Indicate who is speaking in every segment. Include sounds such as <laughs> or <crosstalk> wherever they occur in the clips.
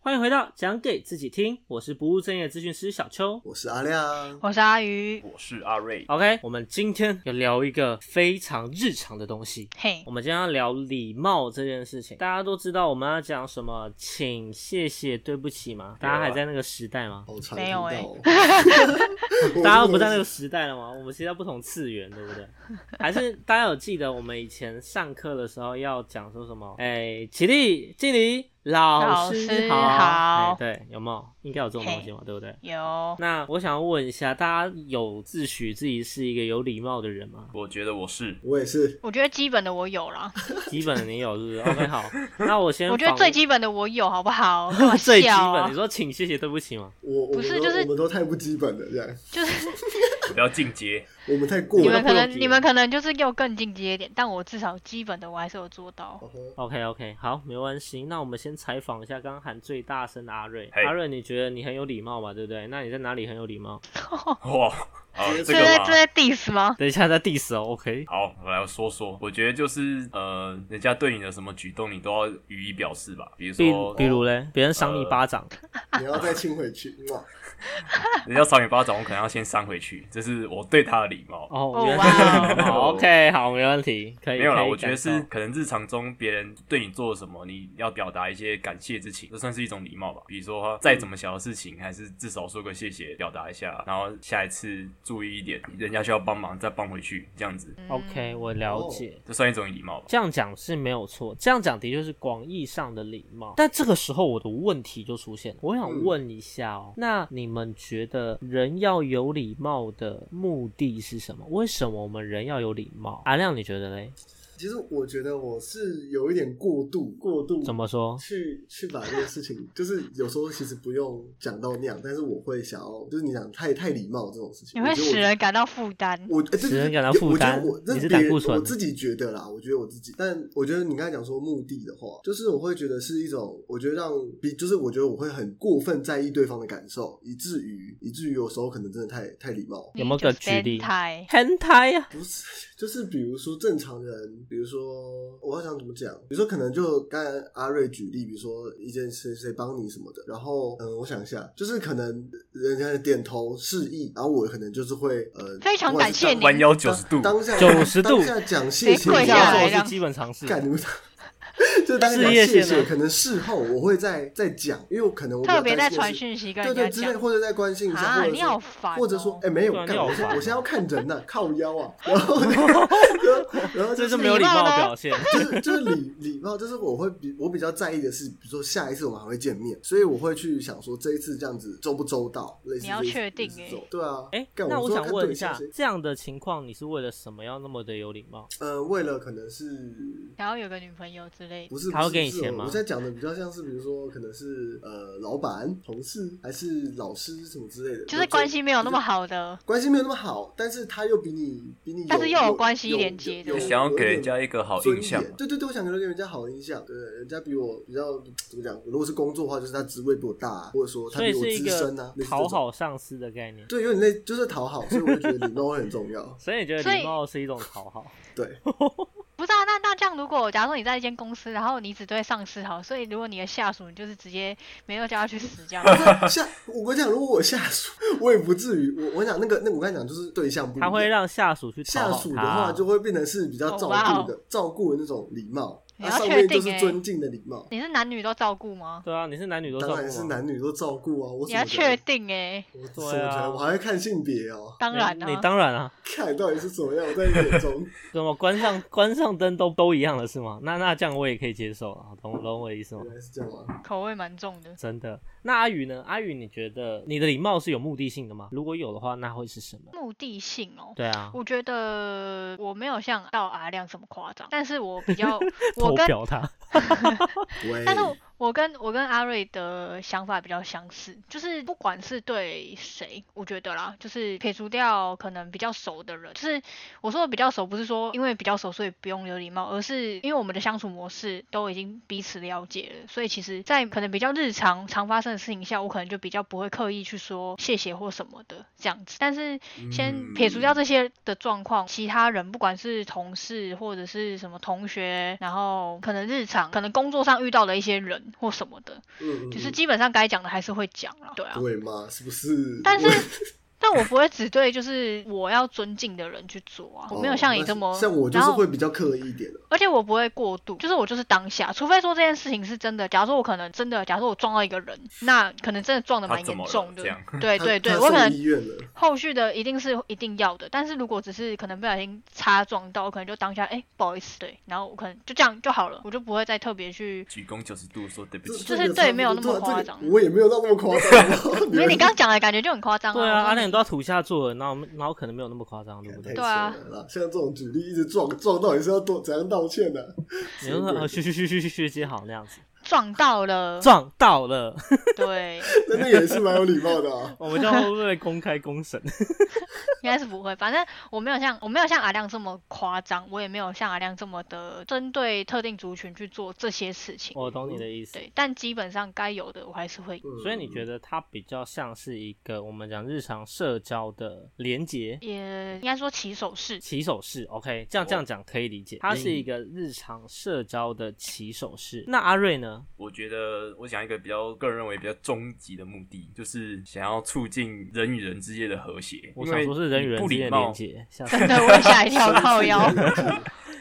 Speaker 1: 欢迎回到讲给自己听，我是不务正业的咨询师小邱。
Speaker 2: 我是阿亮。
Speaker 3: 我是阿鱼，
Speaker 4: 我是阿瑞，
Speaker 1: OK，我们今天要聊一个非常日常的东西。
Speaker 3: 嘿
Speaker 1: 我，们今天要聊礼貌这件事情，大家都知道我们要讲什么，请、谢谢、对不起吗？大家还在那个时代吗？
Speaker 2: 好长
Speaker 3: 没有欸
Speaker 2: 欸， <laughs>
Speaker 1: 大家都不在那个时代了吗？我们其实在不同次元，对不对？还是大家有记得我们以前上课的时候要讲说什么？哎、起立，敬礼，老师
Speaker 3: 老师好
Speaker 1: 哎对，有没有？应该有这种东西嘛，对不对？
Speaker 3: 有
Speaker 1: 那我想问一下，大家有自诩自己是一个有礼貌的人吗？
Speaker 4: 我觉得我是
Speaker 2: 我也是。
Speaker 3: 我觉得基本的我有啦，
Speaker 1: 基本的你有是不是？OK，好，那我先
Speaker 3: 我觉得
Speaker 1: 访
Speaker 3: 最
Speaker 1: 问
Speaker 3: 基本的我有，好不好？
Speaker 1: <laughs>
Speaker 3: 干嘛
Speaker 1: 最基
Speaker 3: 笑
Speaker 1: 本，
Speaker 3: 啊
Speaker 1: 你？说请谢谢对不起吗？
Speaker 2: 我我
Speaker 3: 不是
Speaker 2: 们都
Speaker 3: 就是
Speaker 2: 我们都太不基本了，这样
Speaker 3: 就是
Speaker 4: 比较进阶，
Speaker 2: 我们太过
Speaker 3: 你
Speaker 2: 了。
Speaker 3: 们可
Speaker 1: 不
Speaker 3: 能
Speaker 1: 用
Speaker 3: 你们可能就是要更进阶一点，但我至少基本的我还是有做到。
Speaker 1: OK OK，好，没关系。那我们先采访一下刚刚喊最大声的阿瑞。
Speaker 4: 嘿
Speaker 1: 阿瑞，你觉得你很有礼貌嘛？对不对？那你在哪里很有礼貌？哦
Speaker 4: 哇，好这
Speaker 3: 这
Speaker 4: 个
Speaker 3: 在
Speaker 4: 嘛
Speaker 3: 这在 diss 吗？
Speaker 1: 等一下再 diss 哦。OK，
Speaker 4: 好，我来说说，我觉得就是呃，人家对你的什么举动，你都要予以表示吧。比如
Speaker 1: 比
Speaker 4: 说，呃
Speaker 1: 比如嘞，别人赏你巴掌，
Speaker 2: 你要再亲回去，哇！
Speaker 4: 人家赏你巴掌，我可能要先扇回去，这是我对他的礼貌。
Speaker 1: 哦，
Speaker 3: 哦
Speaker 1: 原来是
Speaker 3: 哇
Speaker 1: 礼貌。OK，好，没问题， <laughs> 可以。
Speaker 4: 没有啦，
Speaker 1: 可以
Speaker 4: 我觉得
Speaker 1: 感
Speaker 4: 是
Speaker 1: 受
Speaker 4: 可能日常中别人对你做了什么，你要表达一些感谢之情，这算是一种礼貌吧。比如说再怎么小的事情，还是至少说个谢谢，表达一下，然后下一次注意一点，人家需要帮忙再帮回去，这样子，
Speaker 3: 嗯
Speaker 1: OK，我了解。
Speaker 4: 这算一种礼貌吧。
Speaker 1: 这样讲是没有错，这样讲的确是广义上的礼貌。嗯但这个时候我的问题就出现了，我想问一下哦，那你们觉得人要有礼貌的目的是什么？为什么我们人要有礼貌？阿亮，你觉得嘞？
Speaker 2: 其实我觉得我是有一点过度，过度
Speaker 1: 怎么说？
Speaker 2: 去去把这个事情，就是有时候其实不用讲到那样，但是我会想要，就是你讲太太礼貌这种事情，
Speaker 3: 你会
Speaker 2: 我觉得我
Speaker 3: 使人感到负担。
Speaker 2: 我欸这
Speaker 1: 使人感到
Speaker 2: 这
Speaker 1: 负担
Speaker 2: 我觉得我
Speaker 1: 你是
Speaker 2: 这别
Speaker 1: 胆
Speaker 2: 人
Speaker 1: 固醇
Speaker 2: 我自己觉得啦，我觉得我自己，但我觉得你刚才讲说目的的话，就是我会觉得是一种，我觉得让比，就是我觉得我会很过分在意对方的感受，以至于以至于有时候可能真的太太礼貌，
Speaker 1: 有没有个举例
Speaker 3: 态？
Speaker 1: 很胎呀，
Speaker 2: 不是， <laughs> 就是比如说正常人，比如说我要想怎么讲，比如说可能就刚才阿瑞举例，比如说一件谁谁帮你什么的，然后嗯，我想一下，就是可能人家点头示意，然后我可能就是会呃
Speaker 3: 非常感谢你
Speaker 4: 弯腰九十度，
Speaker 2: 当下
Speaker 1: 90度
Speaker 2: 当下讲谢谢，
Speaker 3: 别
Speaker 1: 这
Speaker 3: 跪下来
Speaker 1: 样做
Speaker 3: 让
Speaker 1: 是基本常识。
Speaker 2: 干你们。就当下
Speaker 1: 事
Speaker 2: 讲
Speaker 1: 业
Speaker 2: 谢
Speaker 1: 线
Speaker 2: 谢，
Speaker 1: 呢
Speaker 2: 可能事后我会再再讲，因为我可能我
Speaker 3: 特别
Speaker 2: 比较担
Speaker 3: 在
Speaker 2: 心的
Speaker 3: 传
Speaker 2: 是
Speaker 3: 讯息跟
Speaker 2: 对
Speaker 3: 人家
Speaker 2: 对之类，
Speaker 3: 讲
Speaker 2: 或者在关心一下，
Speaker 3: 啊，
Speaker 2: 或者
Speaker 3: 你
Speaker 2: 是
Speaker 3: 好烦哦。
Speaker 2: 或者说，哎、没有，
Speaker 1: 对啊
Speaker 2: 干
Speaker 1: 你好
Speaker 2: 我现
Speaker 1: 烦
Speaker 2: 我现在要看人呢、靠腰
Speaker 3: <laughs>
Speaker 2: 啊，然后，然后
Speaker 1: 这
Speaker 2: 就是
Speaker 1: 是没有礼貌的
Speaker 3: 礼貌呢
Speaker 1: 表现。
Speaker 2: 就是就是礼礼貌，就是我会比我比较在意的是，比如说下一次我们还会见面，所以我会去想说这一次这样子周不周到，类似
Speaker 3: 你要
Speaker 2: 这一次
Speaker 3: 确定
Speaker 2: 类似
Speaker 3: 欸
Speaker 2: 这种对啊，
Speaker 1: 哎，
Speaker 2: 干
Speaker 1: 那我
Speaker 2: 说
Speaker 1: 想
Speaker 2: 看
Speaker 1: 问
Speaker 2: 对
Speaker 1: 一
Speaker 2: 象
Speaker 1: 下
Speaker 2: 是，
Speaker 1: 这样的情况你是为了什么要那么的有礼貌？
Speaker 2: 呃，为了可能是
Speaker 3: 然后有个女朋友之类的，
Speaker 2: 不是
Speaker 1: 他会
Speaker 2: 不是
Speaker 1: 给你
Speaker 2: 不是
Speaker 1: 钱
Speaker 2: 我
Speaker 1: 吗
Speaker 2: 我在讲的比较像是，比如说可能是呃老板、同事还是老师什么之类的，
Speaker 3: 就是关系没有那么
Speaker 2: 好。
Speaker 3: 好的。
Speaker 2: 关系没有那么好，但是他又比你比你有，
Speaker 3: 但是又有关系连接
Speaker 2: 有
Speaker 3: 对
Speaker 2: 有
Speaker 3: 不对
Speaker 4: 想要给人家一个好印象
Speaker 2: 有一点对对对，我想给人家好印象，对，人家比我比较怎么讲？如果是工作的话，就是他职位比我大、啊或者说他
Speaker 1: 所
Speaker 2: 比
Speaker 1: 以
Speaker 2: 我
Speaker 1: 是一
Speaker 2: 资
Speaker 1: 个
Speaker 2: 深啊，类似这
Speaker 1: 讨，
Speaker 2: 种
Speaker 1: 好上司的概念。。
Speaker 2: 对，有点类就是讨好，所以我就觉得礼貌会很重要
Speaker 1: <laughs> 所以你觉
Speaker 3: 所
Speaker 1: 得
Speaker 3: 以
Speaker 1: 礼貌是一种讨好？
Speaker 2: 对，
Speaker 3: 不是啊，那那这样，如果假如说你在一间公司，然后你只对上司好，所以如果你的下属，你就是直接没有叫他去死
Speaker 1: <laughs>
Speaker 3: 这样。
Speaker 2: 下我跟你讲，如果我下属，我也不至于，我我想那个那个我刚才讲就是对象不一
Speaker 1: 他
Speaker 2: 样，
Speaker 1: 会让下属去讨
Speaker 2: 下
Speaker 1: 好
Speaker 2: 属的
Speaker 1: 他
Speaker 2: 话，就会变成是比较照
Speaker 3: 哦哇
Speaker 2: 顾的、
Speaker 3: 哦
Speaker 2: 照顾的那种礼貌，
Speaker 3: 你
Speaker 2: 那、
Speaker 3: 要
Speaker 2: 上
Speaker 3: 确
Speaker 2: 面就
Speaker 3: 定
Speaker 2: 是
Speaker 3: 欸
Speaker 2: 尊敬的礼貌。
Speaker 3: 你是男女都照顾吗？
Speaker 1: 对啊，你是男女都照
Speaker 2: 当
Speaker 1: 顾
Speaker 2: 然
Speaker 1: 吗
Speaker 2: 是男女都照顾啊，我
Speaker 3: 你
Speaker 2: 什么
Speaker 3: 要
Speaker 2: 的
Speaker 3: 确定哎、
Speaker 2: 我
Speaker 1: 对
Speaker 2: 什么
Speaker 1: 啊
Speaker 2: 的我还会看性别哦，
Speaker 3: 当然
Speaker 1: 你
Speaker 3: 啊，
Speaker 1: 你当然啊，
Speaker 2: 看到底是怎么样，我在你眼中
Speaker 1: 怎么关上关上灯都都一样了是吗？那那这样我也可以接受啊，懂懂我的意思吗
Speaker 2: 原？来是这样吗？
Speaker 3: 口味蛮重的。
Speaker 1: 真的，那阿宇呢？阿宇，你觉得你的礼貌是有目的性的吗？如果有的话，那会是什么？
Speaker 3: 目的性哦，
Speaker 1: 对啊，
Speaker 3: 我觉得我没有
Speaker 1: <laughs>
Speaker 3: 像到阿亮这么夸张，但是我比较
Speaker 1: 偷
Speaker 3: 我跟
Speaker 1: 表他，
Speaker 2: 喂，
Speaker 3: 但是我我跟我跟阿瑞的想法比较相似，就是不管是对谁，我觉得啦，就是撇除掉可能比较熟的人，就是我说的比较熟，不是说因为比较熟所以不用有礼貌，而是因为我们的相处模式都已经彼此了解了，所以其实，在可能比较日常常发生的事情下，我可能就比较不会刻意去说谢谢或什么的这样子。但是先撇除掉这些的状况，其他人不管是同事或者是什么同学，然后可能日常可能工作上遇到的一些人或什么的，
Speaker 2: 嗯，嗯
Speaker 3: 就是基本上该讲的还是会讲了，对啊
Speaker 2: 嗯。对嘛，是不是？
Speaker 3: <laughs> 但是但我不会只对就是我要尊敬的人去做啊，我没有像你这么、
Speaker 2: 哦那是像我就
Speaker 3: 然
Speaker 2: 是
Speaker 3: 后
Speaker 2: 会比较刻意一点的。
Speaker 3: 而且我不会过度，就是我就是当下，除非说这件事情是真的。假如说我可能真的，假如说我撞到一个人，那可能真的撞的蛮
Speaker 4: 他怎
Speaker 3: 严
Speaker 4: 么了
Speaker 3: 重的
Speaker 4: 这样，
Speaker 2: <laughs>
Speaker 3: 对
Speaker 2: 他
Speaker 3: 对对，
Speaker 2: 他
Speaker 3: 我可
Speaker 2: 送
Speaker 3: 能
Speaker 2: 医院了，
Speaker 3: 后续的一定是一定要的。但是如果只是可能不小心擦撞到，我可能就当下哎、不好意思，对，然后我可能就这样就好了，我就不会再特别去。
Speaker 4: 鞠躬九十度说对不
Speaker 2: 这
Speaker 4: 起。
Speaker 3: 就是
Speaker 2: 这个
Speaker 3: 对
Speaker 2: 差不
Speaker 3: 没有
Speaker 2: 多对啊
Speaker 3: 那么夸
Speaker 2: 这个
Speaker 3: 张
Speaker 2: 我也没有到那么夸张。
Speaker 3: <laughs> 因为你刚讲的感觉就很夸张
Speaker 1: 对
Speaker 3: 啊，
Speaker 1: 啊，
Speaker 3: 我
Speaker 1: 阿
Speaker 3: 说
Speaker 1: 亮
Speaker 3: 你
Speaker 1: 你都要土下做人，然后然后可能没有那么夸张，对不
Speaker 2: 太
Speaker 1: 对
Speaker 2: 扯？
Speaker 3: 对啊
Speaker 2: 了啦，像这种举例一直撞撞到底是要多怎样道歉啊呢？
Speaker 1: 你就说呃嘘嘘嘘嘘嘘嘘接好那样子，
Speaker 3: 撞到了，
Speaker 1: 撞到
Speaker 2: <laughs>
Speaker 1: 了，
Speaker 3: 对，
Speaker 2: 真的也是蛮有礼貌的
Speaker 4: <laughs>
Speaker 2: 啊。
Speaker 1: 我们就会被公开公审。 <laughs>
Speaker 3: 应该是不会，反正我没有像我没有像阿亮这么夸张，我也没有像阿亮这么的针对特定族群去做这些事情。
Speaker 1: 我懂你的意思。
Speaker 3: 对，但基本上该有的我还是会
Speaker 2: 嗯
Speaker 4: 嗯
Speaker 1: 所以你觉
Speaker 2: 得？
Speaker 1: 得它比较像是一个我们讲日常社交的连结
Speaker 3: 也应该说起手
Speaker 1: <laughs>
Speaker 3: 式，
Speaker 1: 起手式？OK，这样
Speaker 4: 哦
Speaker 1: 这样讲可以理解，
Speaker 4: 哎
Speaker 1: 它是一个日常社交的起手式。那阿瑞呢？
Speaker 4: 我觉得我想一个比较个人认为比较终极的目的，就是想要促进人与人之间的和谐。
Speaker 1: 我
Speaker 4: 因
Speaker 1: 想
Speaker 4: 为
Speaker 1: 说是人与人
Speaker 4: 不
Speaker 1: 之
Speaker 4: 礼
Speaker 1: 间的连
Speaker 4: 貌，
Speaker 1: 接，
Speaker 4: <laughs>
Speaker 1: 下次
Speaker 3: 真的我也吓一跳，靠腰，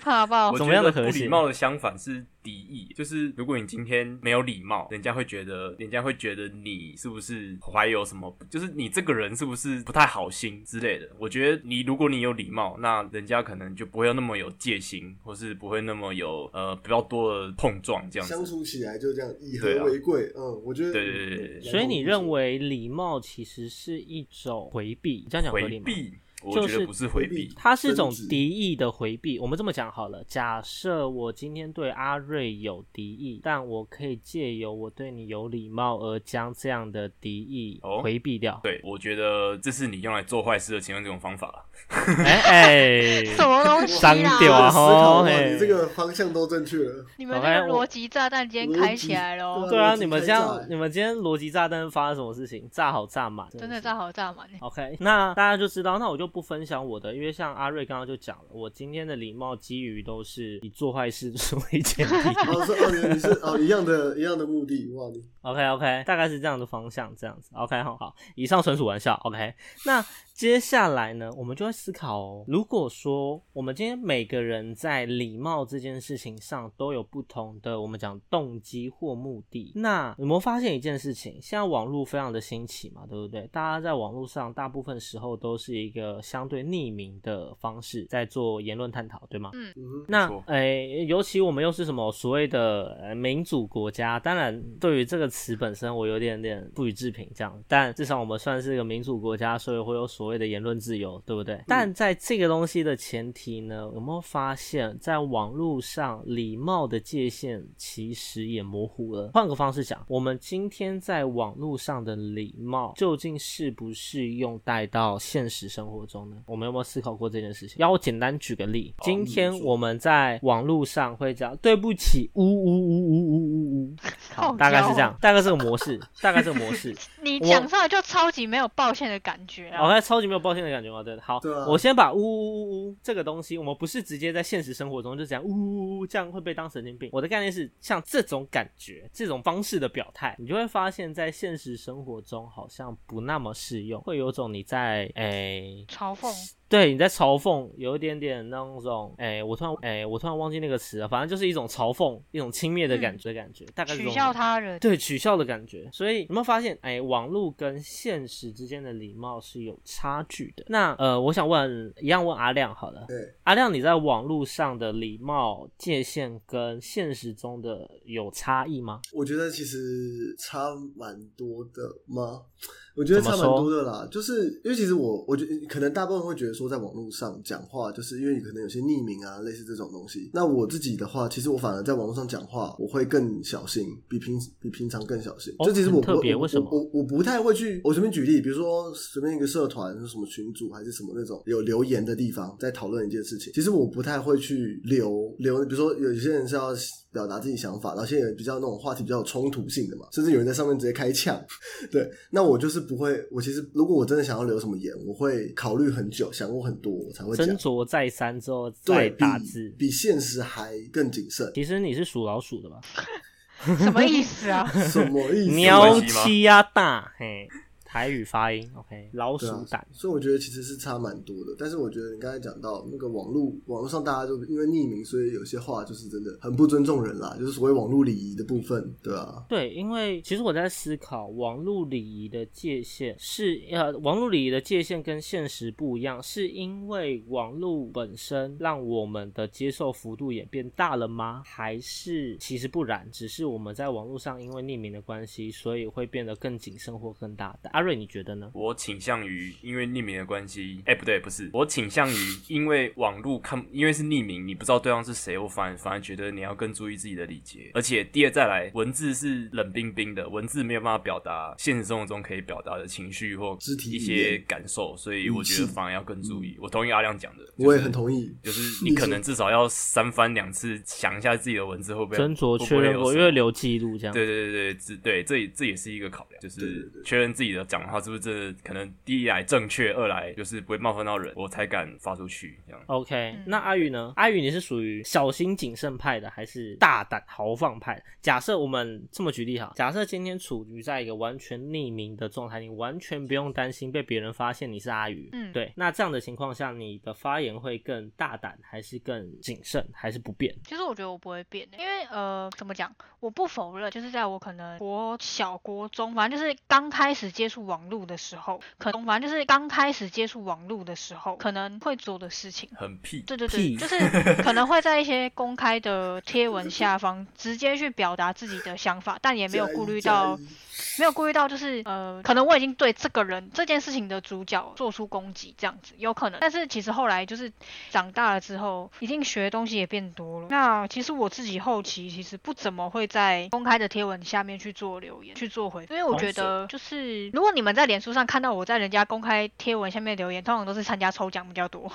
Speaker 3: 怕爆
Speaker 4: 我。
Speaker 1: 怎
Speaker 4: 觉
Speaker 1: 么样的
Speaker 4: 得
Speaker 1: 和
Speaker 4: 不
Speaker 1: 谐
Speaker 4: 礼貌的相反是敌意，就是如果你今天没有礼貌，人家会觉得，人家会觉得你是不是怀有什么，就是你这个人是不是不太好心之类的。我觉得你如果你有礼貌，那人家可能就不会那么有戒心，或是不会那么有呃比较多的碰撞这样
Speaker 2: 相
Speaker 4: 子。
Speaker 2: 处起来就这样，以和
Speaker 4: 对啊
Speaker 2: 为贵。嗯，我觉得
Speaker 4: 对对对对对
Speaker 1: 所以你认为礼貌其实是一种回避？你这样讲合理
Speaker 4: 回
Speaker 1: 吗？
Speaker 4: 避，
Speaker 1: 就
Speaker 4: 我觉
Speaker 1: 是
Speaker 4: 得不是回
Speaker 2: 回避
Speaker 4: 避，
Speaker 1: 它是一种
Speaker 2: 争执
Speaker 1: 敌意的回避。我们这么讲好了，假设我今天对阿瑞有敌意，但我可以借由我对你有礼貌而将这样的敌意
Speaker 4: 哦
Speaker 1: 回避掉。
Speaker 4: 对我觉得这是你用来做坏事的其中一种方法啦。
Speaker 1: 哎
Speaker 3: 什
Speaker 1: 哎，
Speaker 3: 么东西
Speaker 1: 伤掉
Speaker 3: 啦？
Speaker 1: 啊
Speaker 2: 思考
Speaker 1: 吼
Speaker 2: 哇，
Speaker 1: 嘿
Speaker 2: 你这个方向都正确了。
Speaker 3: 你们这个逻辑炸弹今天开起来喽，
Speaker 1: 对啊，
Speaker 2: 逻辑
Speaker 1: 你们
Speaker 2: 开
Speaker 1: 这样
Speaker 2: 炸，
Speaker 1: 你们今天逻辑炸弹发生什么事情？炸好炸满，
Speaker 3: 真的
Speaker 1: 是
Speaker 3: 炸好炸满欸。
Speaker 1: OK，那大家就知道，那我就不分享我的，因为像阿瑞刚刚就讲了，我今天的礼貌基于都是以做坏事作为前提。
Speaker 2: 哦，是哦，你是哦一样的一样的目的哇，你
Speaker 1: OK OK，大概是这样的方向，这样子。OK 好，好，以上纯属玩笑。OK，那接下来呢，我们就会思考哦，如果说我们今天每个人在礼貌这件事情上都有不同的，我们讲动机或目的，那有没有发现一件事情？现在网络非常的兴起嘛，对不对？大家在网络上大部分时候都是一个相对匿名的方式在做言论探讨，对吗？
Speaker 2: 嗯，
Speaker 1: 那
Speaker 4: 没错
Speaker 1: 诶、尤其我们又是什么所谓的、呃、民主国家，当然对于这个词本身我有点点不予置评，这样。但至少我们算是一个民主国家，所以会有所谓的言论自由，对不
Speaker 4: 嗯
Speaker 1: 对？但在这个东西的前提呢，有没有发现，在网络上礼貌的界限其实也模糊了？换个方式讲，我们今天在网络上的礼貌究竟是不是用带到现实生活中呢？我们有没有思考过这件事情？要我简单举个例，今天我们在网络上会讲对不起，呜呜呜呜呜呜呜，好，大概是这样，大概这个模式，大概这个模式。
Speaker 3: 你
Speaker 1: 我
Speaker 3: 讲上来就超级没有抱歉的感觉
Speaker 1: 我
Speaker 3: 啊！
Speaker 1: 看哦超级没有抱歉的感觉嘛，对，好，
Speaker 2: 对啊
Speaker 1: 我先把呜呜呜呜这个东西，我们不是直接在现实生活中就讲呜呜呜，这样会被当神经病。我的概念是，像这种感觉、这种方式的表态，你就会发现在现实生活中好像不那么适用，会有种你在诶、
Speaker 3: 嘲讽，
Speaker 1: 对，你在嘲讽，有一点点那种，哎、我突然，哎、我突然忘记那个词了，反正就是一种嘲讽、一种轻蔑的感觉，感觉大概是这
Speaker 3: 嗯取
Speaker 1: 种
Speaker 3: 笑
Speaker 1: 感觉
Speaker 3: 他人，
Speaker 1: 对取笑的感觉。所以有没有发现，哎，网络跟现实之间的礼貌是有差距的？那呃，我想问，一样问阿亮好了。
Speaker 2: 对，
Speaker 1: 阿亮，你在网络上的礼貌界限跟现实中的有差异吗？
Speaker 2: 我觉得其实差蛮多的嘛。我觉得
Speaker 1: 怎
Speaker 2: 差
Speaker 1: 么
Speaker 2: 蛮
Speaker 1: 说
Speaker 2: 多的啦，就是因为其实我，我觉得可能大部分会觉得说，在网络上讲话，就是因为可能有些匿名啊，类似这种东西。那我自己的话，其实我反而在网络上讲话，我会更小心，比平比平常更小心。
Speaker 1: 哦
Speaker 2: 就其实我
Speaker 1: 很特
Speaker 2: 不
Speaker 1: 别
Speaker 2: 我
Speaker 1: 为什么
Speaker 2: 我我我不太会去，我随便举例，比如说随便一个社团，什么群组还是什么那种有留言的地方，在讨论一件事情，其实我不太会去留留，比如说有些人是要。表达自己想法，然后现在有比较那种话题比较有冲突性的嘛，甚至有人在上面直接开呛， <laughs> 对，那我就是不会，我其实如果我真的想要留什么言，我会考虑很久，想过很多，我才会讲
Speaker 1: 斟。酌再三之后再
Speaker 2: 对
Speaker 1: 打
Speaker 2: 比
Speaker 1: 字。
Speaker 2: 比现实还更谨
Speaker 1: <laughs>
Speaker 2: 慎，
Speaker 1: 其实你是属老鼠的吧？
Speaker 3: 什么意思
Speaker 1: <laughs>
Speaker 3: 啊？
Speaker 2: 什么意思？
Speaker 1: 喵
Speaker 4: 关系吗
Speaker 1: 七呀大，嘿，台语发音，OK，老
Speaker 2: 对
Speaker 1: 鼠
Speaker 2: 啊
Speaker 1: 胆。
Speaker 2: 所以我觉得其实是差蛮多的。但是我觉得你刚才讲到那个网络，网络上大家就因为匿名，所以有些话就是真的很不尊重人啦，就是所谓网络礼仪的部分，对啊。
Speaker 1: 对，因为其实我在思考网络礼仪的界限是呃，网络礼仪的界限跟现实不一样，是因为网络本身让我们的接受幅度也变大了吗？还是其实不然，只是我们在网络上因为匿名的关系，所以会变得更谨慎或更大胆？阿瑞，你觉得呢？
Speaker 4: 我倾向于因为匿名的关系，哎、不对，不是，我倾向于因为网络看，因为是匿名，你不知道对方是谁，我反而反而觉得你要更注意自己的礼节。而且第二再来，文字是冷冰冰的，文字没有办法表达现实生活中可以表达的情绪或
Speaker 2: 肢体语
Speaker 4: 一
Speaker 2: 言
Speaker 4: 些感受，所以我觉
Speaker 2: 语
Speaker 4: 得
Speaker 2: 气
Speaker 4: 反而要更注意。我同意阿亮讲的，
Speaker 2: 我也
Speaker 4: 就是
Speaker 2: 很同意，
Speaker 4: 就是你可能至少要三番两次想一下自己的文字会不会
Speaker 1: 斟酌确认过，因为。留记录这样。
Speaker 4: 会不会有什么对对对对，这对这也这也是一个考量，就
Speaker 2: 对对
Speaker 4: 是确认自己的讲话是不是真的可能第一来正确，二来就是不会冒犯到人，我才敢发出去这样。
Speaker 1: OK，
Speaker 3: 嗯
Speaker 1: 那阿宇呢？阿宇，你是属于小心谨慎派的，还是大胆豪放派的？假设我们这么举例哈，假设今天处于在一个完全匿名的状态，你完全不用担心被别人发现你是阿宇。
Speaker 3: 嗯
Speaker 1: 对。那这样的情况下，你的发言会更大胆，还是更谨慎，还是不变？
Speaker 3: 其实我觉得我不会变的，因为呃，怎么讲？我不否认，就是在我可能国小、国中，反正就是刚开始接触网络的时候，可能反正就是刚开始接触网络的时候，可能会做的事情。
Speaker 4: 很屁，
Speaker 3: 对对
Speaker 1: 屁
Speaker 3: 对，就是可能会在一些公开的贴文下方直接去表达自己的想法，但也没有顾虑到
Speaker 2: <laughs> 加一，
Speaker 3: 没有顾虑到就是呃，可能我已经对这个人这件事情的主角做出攻击这样子，有可能。但是其实后来就是长大了之后，一定学的东西也变多了。那其实我自己后期其实不怎么会在公开的贴文下面去做留言、去做回复，因为我
Speaker 4: 哦
Speaker 3: 觉
Speaker 4: 是
Speaker 3: 得就是如果你们在脸书上看到我在人家公开贴文下面留言，通常都是参加抽奖比较多。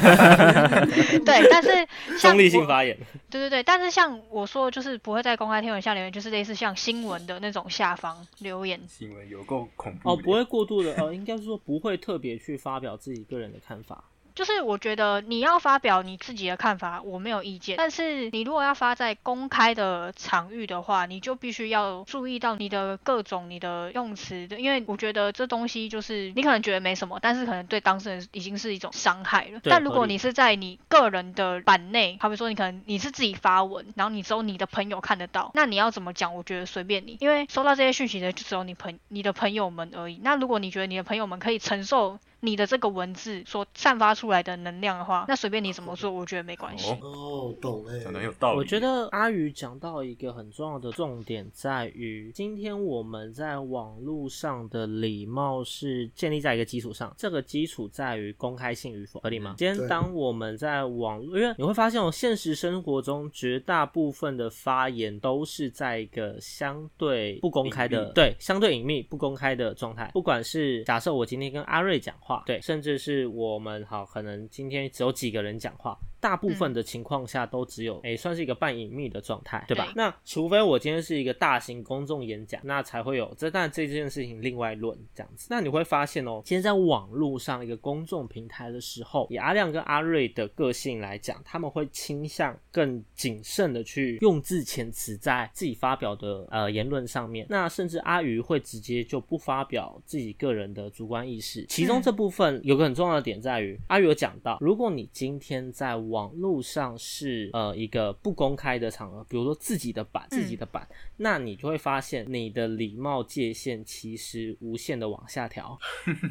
Speaker 3: 对，但是像
Speaker 1: 中立性
Speaker 3: 我
Speaker 1: 发言。
Speaker 3: 对对对，但是像我说，就是不会在公开贴文下留言，就是类似像新闻的那种下方留言。
Speaker 4: 新闻有够恐怖
Speaker 1: 哦，
Speaker 4: 的
Speaker 1: 不会过度的，哦，应该是说不会特别去发表自己个人的看法。
Speaker 3: 就是我觉得你要发表你自己的看法，我没有意见。但是你如果要发在公开的场域的话，你就必须要注意到你的各种你的用词的，因为我觉得这东西就是你可能觉得没什么，但是可能对当事人已经是一种伤害了。
Speaker 1: 对
Speaker 3: 但如
Speaker 1: 合
Speaker 3: 果
Speaker 1: 理
Speaker 3: 你是在你个人的版内，好比说你可能你是自己发文，然后你只有你的朋友看得到，那你要怎么讲？我觉得随便你，因为收到这些讯息的就只有你朋你的朋友们而已。那如果你觉得你的朋友们可以承受你的这个文字所散发出来的能量的
Speaker 1: 哦
Speaker 3: 话，那随便你怎么做，我觉得没关系。
Speaker 4: 哦，
Speaker 2: 哦，懂哎、
Speaker 4: 讲的有道理。
Speaker 1: 我觉得阿宇讲到一个很重要的重点，在于今天我们在网络上的礼貌是建立在一个基础上，这个基础在于公开性与否，合理吗？今天
Speaker 2: 对
Speaker 1: 当我们在网络，因为你会发现哦，现实生活中绝大部分的发言都是在一个相对不公开
Speaker 4: 隐
Speaker 1: 的
Speaker 4: 蔽，
Speaker 1: 对，相对隐秘、不公开的状态。不管是假设我今天跟阿瑞讲话，对，甚至是我们好，可能今天只有几个人讲话，大部分的情况下都只有诶、算是一个半隐秘的状态，对吧？
Speaker 3: 对
Speaker 1: 那除非我今天是一个大型公众演讲，那才会有这，但这件事情另外论这样子。那你会发现哦，今天在网络上一个公众平台的时候，以阿亮跟阿瑞的个性来讲，他们会倾向更谨慎的去用字遣词在自己发表的呃言论上面。那甚至阿鱼会直接就不发表自己个人的主观意识。其中
Speaker 3: 嗯
Speaker 1: 这部分有个很重要的点在于，阿宇有讲到，如果你今天在网络上是呃一个不公开的场合，比如说自己的版、自己的版，那你就会发现你的礼貌界限其实无限的往下调，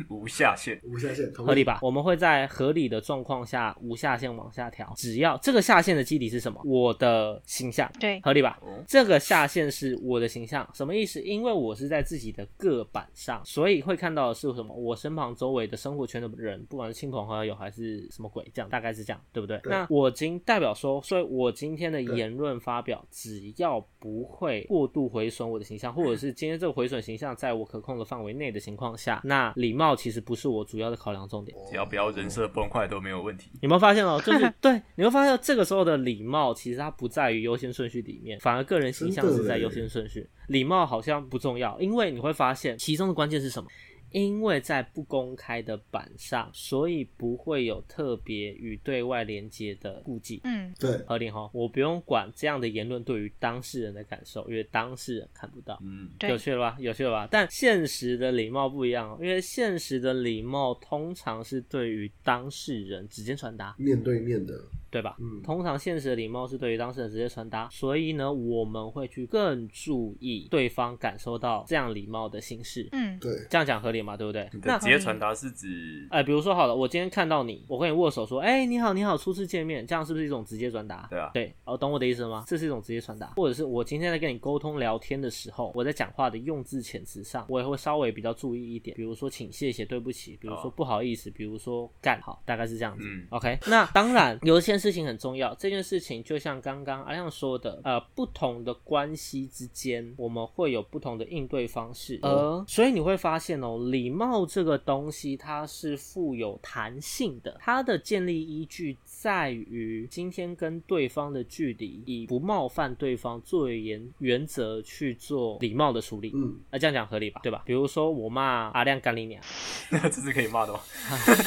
Speaker 4: 无下限。
Speaker 2: 无下限，同意哦
Speaker 1: 合理？吧？我们会在合理的状况下无下限往下调，只要这个下限的基底是什么？我的形象，
Speaker 3: 对
Speaker 1: 合理吧？
Speaker 4: 哦
Speaker 1: 这个下限是我的形象，什么意思？因为我是在自己的个板上，所以会看到的是什么？我身旁周围的生活圈的人，不管是亲朋好友还是什么鬼，这样大概是这样，对不对？
Speaker 2: 对
Speaker 1: 那我今代表说，所以我今天的言论发表，只要不会过度毁损我的形象，或者是今天这个毁损形象在我可控的范围内的情况下，那礼貌其实不是我主要的考量重点。
Speaker 4: 只要不要人设崩坏都没有问题。
Speaker 1: 有没有发现哦？就是对，你会发现这个时候的礼貌，其实它不在于优先顺序里面，反而个人形象是在优先顺序。礼貌好像不重要，因为你会发现其中的关键是什么？因为在不公开的版上，所以不会有特别与对外连接的顾忌。
Speaker 3: 嗯，
Speaker 2: 对，
Speaker 1: 合理哈，我不用管这样的言论对于当事人的感受，因为当事人看不到。
Speaker 4: 嗯，
Speaker 1: 有
Speaker 3: 对，
Speaker 1: 趣了吧？有趣了吧？但现实的礼貌不一样、哦，因为现实的礼貌通常是对于当事人直接传达，
Speaker 2: 面对面的，
Speaker 1: 对吧？
Speaker 2: 嗯，
Speaker 1: 通常现实的礼貌是对于当事人直接传达，所以呢，我们会去更注意对方感受到这样礼貌的形式。
Speaker 3: 嗯，
Speaker 2: 对，
Speaker 1: 这样讲合理嘛？对不对
Speaker 4: 你？的
Speaker 1: 那
Speaker 4: 直接传达
Speaker 1: <laughs>
Speaker 4: 是指
Speaker 1: 哎、比如说好了，我今天看到你，我跟你握手说，哎、你好，你好，初次见面，这样是不是一种直接传达？
Speaker 4: 对啊
Speaker 1: 对，哦，懂我的意思吗？这是一种直接传达，或者是我今天在跟你沟通聊天的时候，我在讲话的用字遣词上，我也会稍微比较注意一点，比如说请、谢谢、对不起，比如说
Speaker 4: 哦
Speaker 1: 不好意思，比如说干好，大概是这样子。
Speaker 4: 嗯
Speaker 1: OK，那当然有一件事情很重要，这件事情就像刚刚阿亮说的，呃，不同的关系之间，我们会有不同的应对方式，而
Speaker 2: 嗯
Speaker 1: 所以你会发现哦，礼貌这个东西它是富有弹性的，它的建立依据在于今天跟对方的距离，以不冒犯对方作为原原则去做礼貌的处理。
Speaker 2: 嗯，
Speaker 1: 那、这样讲合理吧？对吧？比如说我骂阿亮干你娘，
Speaker 4: 这是可以骂的吗？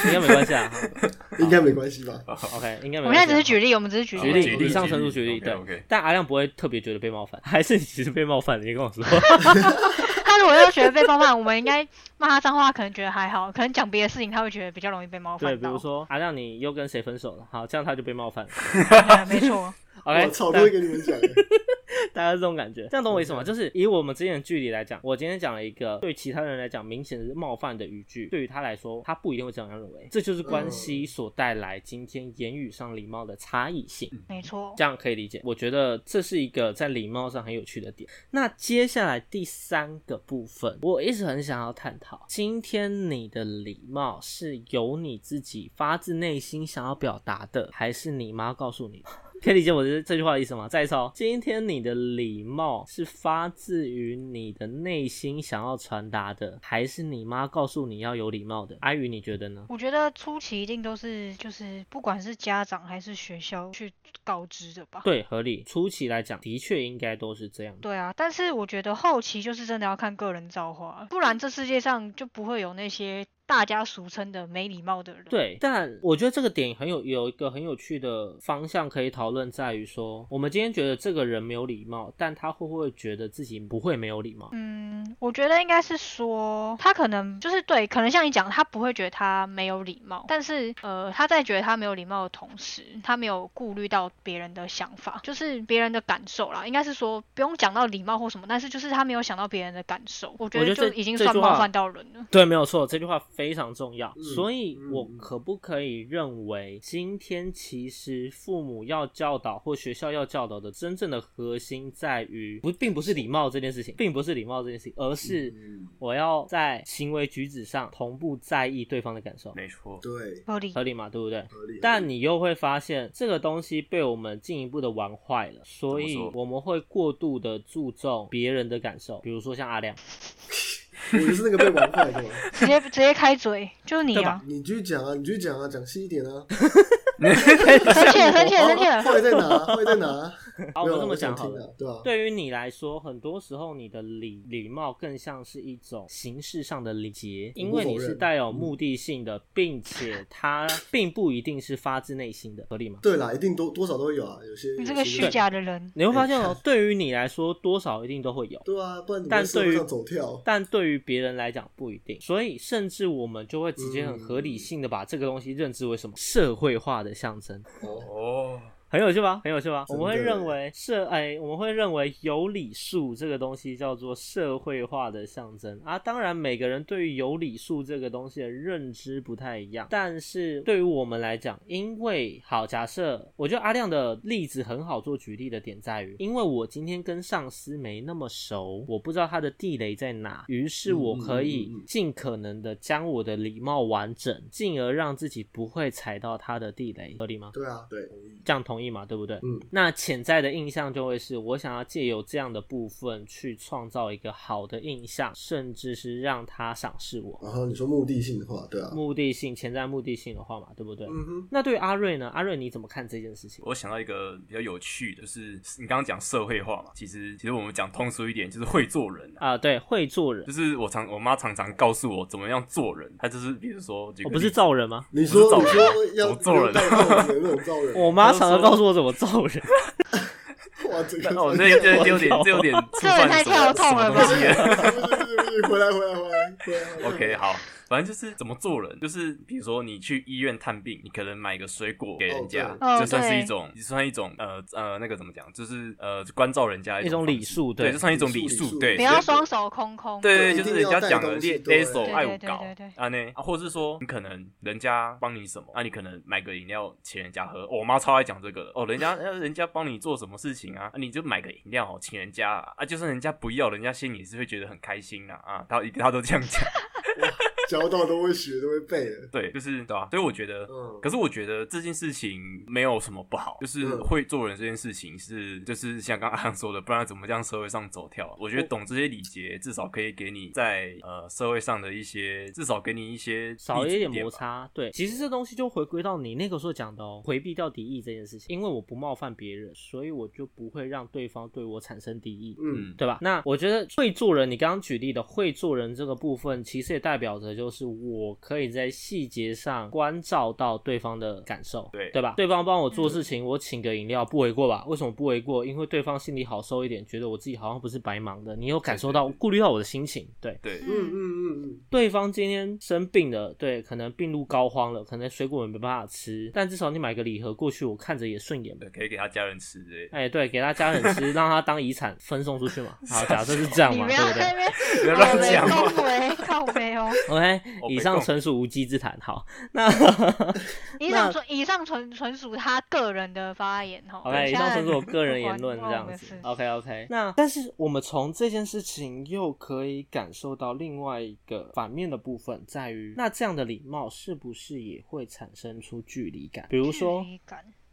Speaker 1: 应该没关系啊。
Speaker 2: 应该没关系吧？
Speaker 1: OK，应该没关系啊。
Speaker 3: 我们现在只是举例，我们只是
Speaker 2: 哦
Speaker 3: 举
Speaker 1: 举
Speaker 4: 举
Speaker 1: 例，
Speaker 4: 例
Speaker 1: 以
Speaker 3: 例，
Speaker 1: 上纯属举例，
Speaker 4: 举例
Speaker 1: 对。
Speaker 4: OK，OK
Speaker 1: 但阿亮不会特别觉得被冒犯，还是你其实被冒犯了？你跟我说，
Speaker 3: 他如果要觉得被冒犯，我们应该骂他脏话，可能觉得还好，可能讲别的事情他会觉得比较容易被冒
Speaker 1: 对，
Speaker 3: 犯
Speaker 1: 比如
Speaker 3: 到。
Speaker 1: 说阿亮你又跟谁分手了？好，这样他就被冒犯
Speaker 2: <laughs>
Speaker 1: 了。
Speaker 3: 对嗯没错，
Speaker 1: OK，
Speaker 2: 我操，
Speaker 1: 大
Speaker 2: 都会跟你们讲，
Speaker 1: 大家是这种感觉，这样懂我意思吗？就是以我们之间的距离来讲，我今天讲了一个对其他人来讲明显是冒犯的语句，对于他来说，他不一定会这样认为，这就是关系
Speaker 2: 嗯
Speaker 1: 所带来今天言语上礼貌的差异性。
Speaker 3: 没
Speaker 1: <laughs>
Speaker 3: 错
Speaker 1: 这，样可以理解。我觉得这是一个在礼貌上很有趣的点。那接下来第三个部分，我一直很想要探讨，今天你的礼貌是由你自己发自内心想要表达的，还是你妈告诉你？ <laughs> 可以理解我这这句话的意思吗？再一次哦，今天你的礼貌是发自于你的内心想要传达的，还是你妈告诉你要有礼貌的？阿宇，你觉得呢？
Speaker 3: 我觉得初期一定都是就是不管是家长还是学校去告知的吧。
Speaker 1: 对，合理。初期来讲，的确应该都是这样。
Speaker 3: 对啊，但是我觉得后期就是真的要看个人造化，不然这世界上就不会有那些大家俗称的没礼貌的人。
Speaker 1: 对，但我觉得这个点很有有一个很有趣的方向可以讨论，在于说，我们今天觉得这个人没有礼貌，但他会不会觉得自己不会没有礼貌？
Speaker 3: 嗯，我觉得应该是说，他可能就是对，可能像你讲，他不会觉得他没有礼貌，但是呃，他在觉得他没有礼貌的同时，他没有顾虑到别人的想法，就是别人的感受啦。应该是说不用讲到礼貌或什么，但是就是他没有想到别人的感受，我觉
Speaker 1: 我
Speaker 3: 得
Speaker 1: 觉得
Speaker 3: 就
Speaker 1: 这
Speaker 3: 已经
Speaker 1: 这
Speaker 3: 算
Speaker 1: 句
Speaker 3: 冒
Speaker 1: 话
Speaker 3: 犯到人了。
Speaker 1: 对，没有错，这句话非常重要。
Speaker 2: 嗯
Speaker 1: 所以，
Speaker 2: 嗯
Speaker 1: 我
Speaker 2: 嗯
Speaker 1: 可不可以认为，今天其实父母要教导或学校要教导的真正的核心在于，不，并不是礼貌这件事情，并不是礼貌这件事情，而是
Speaker 2: 嗯
Speaker 1: 我要在行为举止上同步在意对方的感受，
Speaker 4: 没错，
Speaker 2: 对，
Speaker 3: 合理
Speaker 1: 合理嘛？对不对？
Speaker 2: 合理。
Speaker 1: 但你又会发现这个东西被我们进一步的玩坏了，所以
Speaker 4: 怎么说
Speaker 1: 我们会过度的注重别人的感受，比如说像阿亮，
Speaker 2: 我就是那个被玩坏的嘛，
Speaker 3: 直接直接开嘴，就是你
Speaker 1: 对吧
Speaker 3: 啊，
Speaker 2: 你继续讲啊，你继续讲啊，讲细一点啊。哦 <laughs>
Speaker 3: 生气了，生气了，生气了。
Speaker 2: 坏在哪？坏在哪？
Speaker 1: <laughs> 好，
Speaker 2: 没有
Speaker 1: 我这么
Speaker 2: 想
Speaker 1: 讲好
Speaker 2: 听
Speaker 1: 了。
Speaker 2: 啊，对啊，
Speaker 1: 对于你来说，很多时候你的礼礼貌更像是一种形式上的礼节，因为你是带有目的性的，并且它并不一定是发自内心的，合理吗？
Speaker 2: 对啦，一定多多少都会有啊，有些
Speaker 3: 你这个
Speaker 2: 有些
Speaker 3: 虚假的人，
Speaker 1: 你会发现哦，对于你来说，多少一定都会有。
Speaker 2: 对啊，不然你在
Speaker 1: 但
Speaker 2: 社
Speaker 1: 对
Speaker 2: 会
Speaker 1: 于
Speaker 2: 上走跳，
Speaker 1: 但对于别人来讲不一定，所以甚至我们就会直接很合理性的把这个东西认知为什么社会化的象征，
Speaker 2: 哦，
Speaker 4: <laughs> 哦，
Speaker 1: 很有趣吧？很有趣吧？我
Speaker 2: 真的
Speaker 1: 们会认为社哎，我们会认为有理数这个东西叫做社会化的象征啊。当然，每个人对于有理数这个东西的认知不太一样，但是对于我们来讲，因为好，假设我觉得阿亮的例子很好做举例的点在于，因为我今天跟上司没那么熟，我不知道他的地雷在哪，于是我可以
Speaker 2: 嗯嗯嗯嗯
Speaker 1: 尽可能的将我的礼貌完整，进而让自己不会踩到他的地雷，合理吗？
Speaker 2: 对啊，对，
Speaker 1: 这样同意嘛，对不对？
Speaker 2: 嗯，
Speaker 1: 那潜在的印象就会是我想要借由这样的部分去创造一个好的印象，甚至是让他赏识我。
Speaker 2: 然后你说目的性的话，对啊，
Speaker 1: 目的性，潜在目的性的话嘛，对不对？
Speaker 2: 嗯哼，
Speaker 1: 那对于阿瑞呢？阿瑞你怎么看这件事情？
Speaker 4: 我想到一个比较有趣的，就是你刚刚讲社会化嘛，其实其实我们讲通俗一点，就是会做人啊。
Speaker 1: 啊、对，会做人
Speaker 4: 就，是我常我妈常常告诉我怎么样做人，她就是比如说，
Speaker 1: 我、不是造人吗？
Speaker 2: 你说
Speaker 4: 我
Speaker 2: 你
Speaker 4: 是造
Speaker 2: 说
Speaker 4: 人
Speaker 2: 要
Speaker 4: 我造人
Speaker 2: 要戴帽子的那种造人，
Speaker 1: 我妈常常告诉我怎么造
Speaker 4: <laughs>
Speaker 1: 人，
Speaker 2: 哇，这个
Speaker 4: 哦那
Speaker 2: <laughs>
Speaker 4: 我这这这有点这有点触犯
Speaker 3: 这也太
Speaker 4: 什
Speaker 3: 跳
Speaker 4: 么
Speaker 3: 痛了吧
Speaker 4: 什么东西
Speaker 2: 回来回来
Speaker 4: 了
Speaker 2: 回来回来
Speaker 4: OK，好，反正就是怎么做人，就是比如说你去医院探病，你可能买个水果给人家，
Speaker 2: 哦
Speaker 3: 对哦
Speaker 4: 这算是一
Speaker 3: 对
Speaker 4: 种，这算一种呃呃那个怎么讲，就是呃关照人家
Speaker 1: 一种
Speaker 4: 方
Speaker 1: 礼
Speaker 4: 式
Speaker 1: 数
Speaker 4: 对，
Speaker 1: 对
Speaker 4: 这算一种
Speaker 2: 礼数
Speaker 4: 礼
Speaker 2: 礼数
Speaker 4: 数，对，
Speaker 3: 不要
Speaker 4: 就是
Speaker 3: 双手空空。
Speaker 4: 对
Speaker 2: 一
Speaker 4: 对，就
Speaker 2: 定
Speaker 4: 是人
Speaker 2: 要
Speaker 4: 家
Speaker 2: 带
Speaker 4: 讲
Speaker 2: 东
Speaker 4: 的
Speaker 2: 西
Speaker 4: 猎
Speaker 2: 对
Speaker 4: 猎手
Speaker 3: 对
Speaker 4: 爱
Speaker 3: 对
Speaker 4: 我
Speaker 3: 对
Speaker 4: 搞
Speaker 3: 对对
Speaker 4: 啊呢，啊或是说你可能人家帮你什么，啊你可能买个饮料请人家喝，哦我妈超爱讲这个的哦，人家呃人家帮你做什么事情啊，啊你就买个饮料哦请人家啊，啊就算人家不要，人家心里是会觉得很开心啊啊，他他都这样讲， <laughs>
Speaker 2: 教到都会学都会背了，
Speaker 4: 对，就是对吧、啊所以我觉得
Speaker 2: 嗯
Speaker 4: 可是我觉得这件事情没有什么不好，就是
Speaker 2: 嗯
Speaker 4: 会做人这件事情是，就是像刚刚阿阳说的，不然怎么这样社会上走跳？我觉得懂这些礼节，至少可以给你在呃社会上的一些，至少给你一些
Speaker 1: 少一
Speaker 4: 立足
Speaker 1: 点
Speaker 4: 点
Speaker 1: 摩
Speaker 4: 吧。
Speaker 1: 擦。对，其实这东西就回归到你那个时候讲的哦，回避掉敌意这件事情，因为我不冒犯别人，所以我就不会让对方对我产生敌意。
Speaker 2: 嗯，
Speaker 4: 嗯，
Speaker 1: 对吧？那我觉得会做人，你刚刚举例的会做人这个部分，其实也代表着就是我可以在细节上关照到对方的感受，
Speaker 4: 对
Speaker 1: 对吧？嗯对方帮我做事情，我请个饮料不为过吧？为什么不为过？因为对方心里好受一点，觉得我自己好像不是白忙的，你有感受到顾虑到我的心情，对。
Speaker 4: 对
Speaker 2: 嗯嗯嗯嗯，
Speaker 1: 对方今天生病了，对，可能病入膏肓了，可能水果也没办法吃，但至少你买个礼盒过去，我看着也顺眼吧
Speaker 4: 对，可以给他家人吃之类的。
Speaker 1: 哎、对，给他家人吃，让他当遗产分送出去嘛。好，假设是这样
Speaker 3: <laughs> 你
Speaker 1: 嘛，
Speaker 3: 不
Speaker 1: 对
Speaker 3: 要
Speaker 1: 不对
Speaker 3: 在？那边
Speaker 4: 不要乱
Speaker 3: 没
Speaker 4: 讲话
Speaker 3: 恭维靠没哦。
Speaker 1: <laughs> OK，
Speaker 4: 哦
Speaker 1: 以
Speaker 4: 北
Speaker 1: 上
Speaker 4: 贡
Speaker 1: 纯属无稽之谈。好， <laughs> 那
Speaker 3: 以上纯以上纯纯属他个人的发言哈。
Speaker 1: OK，以上纯属我个人言 <laughs> 论这样子啊
Speaker 3: 是。
Speaker 1: OK OK，那但是我们从这件事情又可以感受到另外一个反面的部分，在于那这样的礼貌是不是也会产生出距离感？比如说，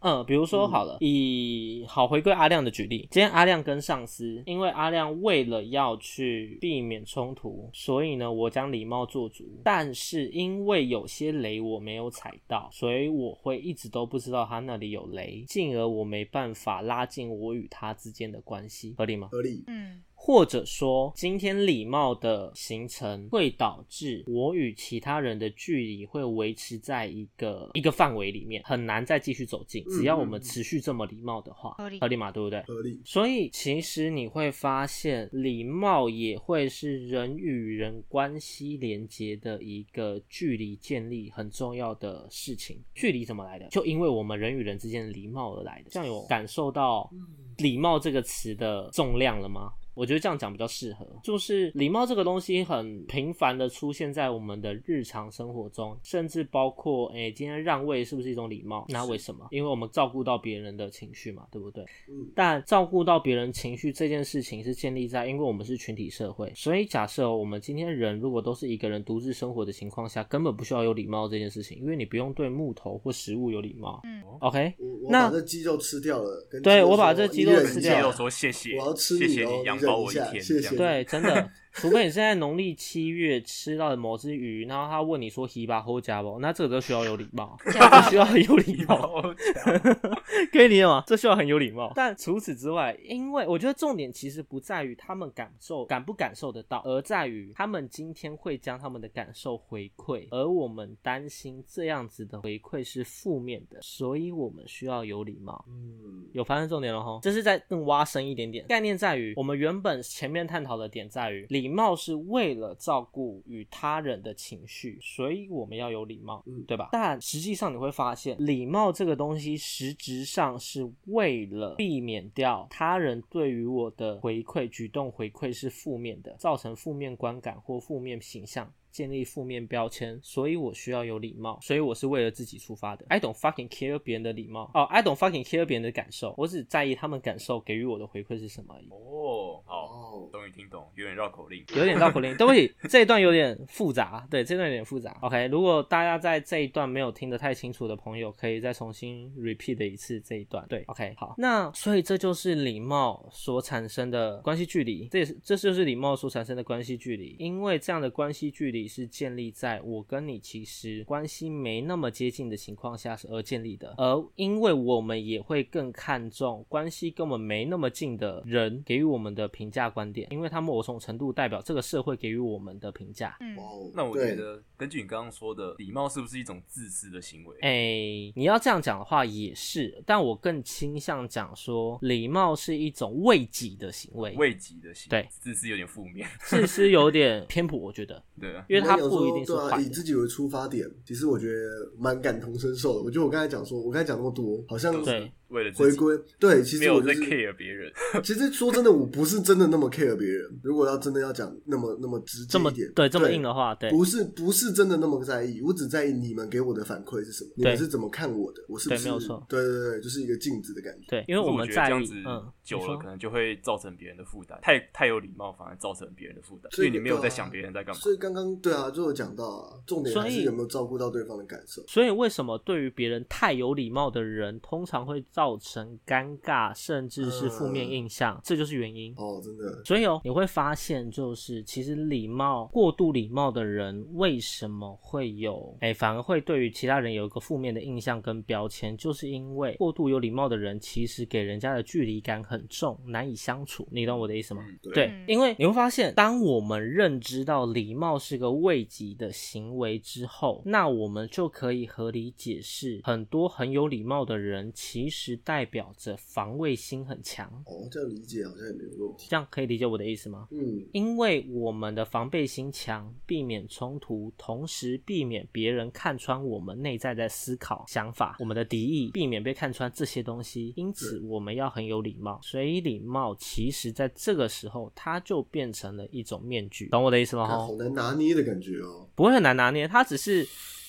Speaker 1: 嗯，比如说好了，以好回归阿亮的举例，今天阿亮跟上司，因为阿亮为了要去避免冲突，所以呢，我将礼貌做足，但是因为有些雷我没有踩到，所以我会一直都不知道他那里有雷，进而我没办法拉近我与他之间的关系，合理吗？
Speaker 2: 合理，
Speaker 3: 嗯，
Speaker 1: 或者说，今天礼貌的形成会导致我与其他人的距离会维持在一个一个范围里面，很难再继续走近。
Speaker 2: 嗯
Speaker 1: 只要我们持续这么礼貌的话，
Speaker 3: 合理
Speaker 1: 合理嘛，对不对？
Speaker 2: 合理，
Speaker 1: 所以其实你会发现，礼貌也会是人与人关系连接的一个距离建立很重要的事情。距离怎么来的？就因为我们人与人之间的礼貌而来的。这样有感受到“礼貌”这个词的重量了吗？我觉得这样讲比较适合，就是礼貌这个东西很频繁的出现在我们的日常生活中，甚至包括诶、今天让位是不是一种礼貌？那为什么？因为我们照顾到别人的情绪嘛，对不对？
Speaker 2: 嗯，
Speaker 1: 但照顾到别人情绪这件事情是建立在，因为我们是群体社会，所以假设我们今天人如果都是一个人独自生活的情况下，根本不需要有礼貌这件事情，因为你不用对木头或食物有礼貌。
Speaker 3: 嗯
Speaker 1: ，OK，
Speaker 2: 我我
Speaker 1: 那
Speaker 2: 把这鸡肉吃掉了，跟
Speaker 1: 对
Speaker 2: 鸡肉
Speaker 1: <laughs> 我把
Speaker 2: 说
Speaker 1: 这鸡
Speaker 2: 你
Speaker 1: 肉
Speaker 2: 忍
Speaker 1: 吃
Speaker 2: 一
Speaker 1: 掉
Speaker 2: 下
Speaker 4: 肌
Speaker 1: 了
Speaker 4: 肉说谢谢，
Speaker 2: 我要吃
Speaker 4: 谢
Speaker 2: 你
Speaker 4: 谢
Speaker 2: 哦
Speaker 4: 你
Speaker 2: 你
Speaker 4: 养
Speaker 2: 忍
Speaker 4: 饱
Speaker 2: 一
Speaker 4: 我一
Speaker 2: 下
Speaker 4: 天，
Speaker 2: 谢
Speaker 4: 这样
Speaker 2: 谢
Speaker 4: 子
Speaker 1: <laughs> 对，真的。除非你是在农历七月吃到的某只鱼，然后他问你说“提巴后加不”，那这个就需要有礼貌，这需要很有
Speaker 4: <laughs>
Speaker 1: 礼貌。可以理解吗？这需要很有礼貌。但除此之外，因为我觉得重点其实不在于他们感受感不感受得到，而在于他们今天会将他们的感受回馈，而我们担心这样子的回馈是负面的，所以我们需要有礼貌。
Speaker 2: 嗯，
Speaker 1: 有发现重点了哈，这是在更挖深一点点。概念在于，我们原本前面探讨的点在于，礼貌是为了照顾与他人的情绪，所以我们要有礼貌。
Speaker 2: 嗯
Speaker 1: 对吧？但实际上你会发现，礼貌这个东西实质上是为了避免掉他人对于我的回馈、举动回馈是负面的，造成负面观感或负面形象。建立负面标签，所以我需要有礼貌，所以我是为了自己出发的。I don't fucking care 别人的礼貌哦、i don't fucking care 别人的感受，我只在意他们感受给予我的回馈是什么而已。
Speaker 4: 哦，好，
Speaker 2: 哦，
Speaker 4: 终于听懂，有点绕口令，
Speaker 1: 有点绕口令，对不 <laughs> 起，这一段有点复杂，对，这段有点复杂。OK，如果大家在这一段没有听得太清楚的朋友，可以再重新 repeat 一次这一段。对，OK，好，那所以这就是礼貌所产生的关系距离，这也是这就是礼貌所产生的关系距离，因为这样的关系距离是建立在我跟你其实关系没那么接近的情况下而建立的，而因为我们也会更看重关系跟我们没那么近的人给予我们的评价观点，因为他们某种程度代表这个社会给予我们的评价。
Speaker 3: 嗯
Speaker 2: 哇，哦，
Speaker 4: 那我觉
Speaker 2: 对
Speaker 4: 得，根据你刚刚说的，礼貌是不是一种自私的行为？
Speaker 1: 哎、你要这样讲的话也是，但我更倾向讲说，礼貌是一种为己的行为，
Speaker 4: 慰藉的行为，
Speaker 1: 对
Speaker 4: 自私有点负面， <laughs>
Speaker 1: 自私有点偏颇，我觉得，
Speaker 4: 对啊，
Speaker 1: 因为它
Speaker 2: 我有时
Speaker 1: 不
Speaker 2: 候
Speaker 1: 一定是
Speaker 2: 对啊，
Speaker 1: 坏
Speaker 2: 以
Speaker 1: 的
Speaker 2: 自。己为出发点，其实我觉得蛮感同身受的。我觉得我刚才讲说，我刚才讲那么多，好像
Speaker 1: 对
Speaker 4: 为了自
Speaker 2: 回
Speaker 4: 己，
Speaker 2: 归对，其
Speaker 4: 没
Speaker 2: 实
Speaker 4: 有
Speaker 2: 我就
Speaker 4: 在
Speaker 2: 是
Speaker 4: care 别人，
Speaker 2: 其实说真的，我不是真的那么 care 别人。如果要真的要讲那么那么直接
Speaker 1: 这么
Speaker 2: 一点，
Speaker 1: 对这么硬的话，对，
Speaker 2: 不是不是真的那么在意，我只在意你们给我的反馈是什么，你们是怎么看我的，我是不
Speaker 1: 对
Speaker 2: 是
Speaker 1: 没有错
Speaker 2: 对对对，就是一个镜子的感觉。
Speaker 1: 对，因为
Speaker 4: 可是
Speaker 1: 我
Speaker 4: 我
Speaker 1: 们
Speaker 4: 觉得
Speaker 1: 在
Speaker 4: 这样
Speaker 1: 意
Speaker 4: 子，
Speaker 1: 嗯，
Speaker 4: 久
Speaker 1: 你
Speaker 4: 了
Speaker 1: 说
Speaker 4: 可能就会造成别人的负担，太太有礼貌反而造成别人的负担，
Speaker 2: 所
Speaker 4: 所
Speaker 2: 以
Speaker 4: 以你没有在想
Speaker 2: 对啊
Speaker 4: 别人在干嘛。
Speaker 2: 所以刚刚对啊，就有讲到啊，重点还
Speaker 1: 所
Speaker 2: 是
Speaker 1: 以
Speaker 2: 有没有照顾到对方的感受。
Speaker 1: 所以为什么对于别人太有礼貌的人，通常会造成尴尬，甚至是负面印象，这就是原因。
Speaker 2: 哦，真的，
Speaker 1: 所以哦，你会发现，就是其实礼貌过度礼貌的人，为什么会有哎，反而会对于其他人有一个负面的印象跟标签，就是因为过度有礼貌的人，其实给人家的距离感很重，难以相处。你懂我的意思吗？
Speaker 4: 嗯，
Speaker 1: 对
Speaker 3: 嗯，
Speaker 1: 因为你会发现，当我们认知到礼貌是个慰藉的行为之后，那我们就可以合理解释，很多很有礼貌的人其实代表着防卫心很强。
Speaker 2: 哦，这样理解好像也没有问题。
Speaker 1: 这样可以理解我的意思吗？
Speaker 2: 嗯，
Speaker 1: 因为我们的防备心强，避免冲突，同时避免别人看穿我们内在的思考、想法，我们的敌意，避免被看穿这些东西。因此，我们要很有礼貌。所以，礼貌其实在这个时候，它就变成了一种面具，懂我的意思吗？
Speaker 2: 看
Speaker 1: 吼
Speaker 2: 好难拿捏的感觉哦。
Speaker 1: 不会很难拿捏，它只是。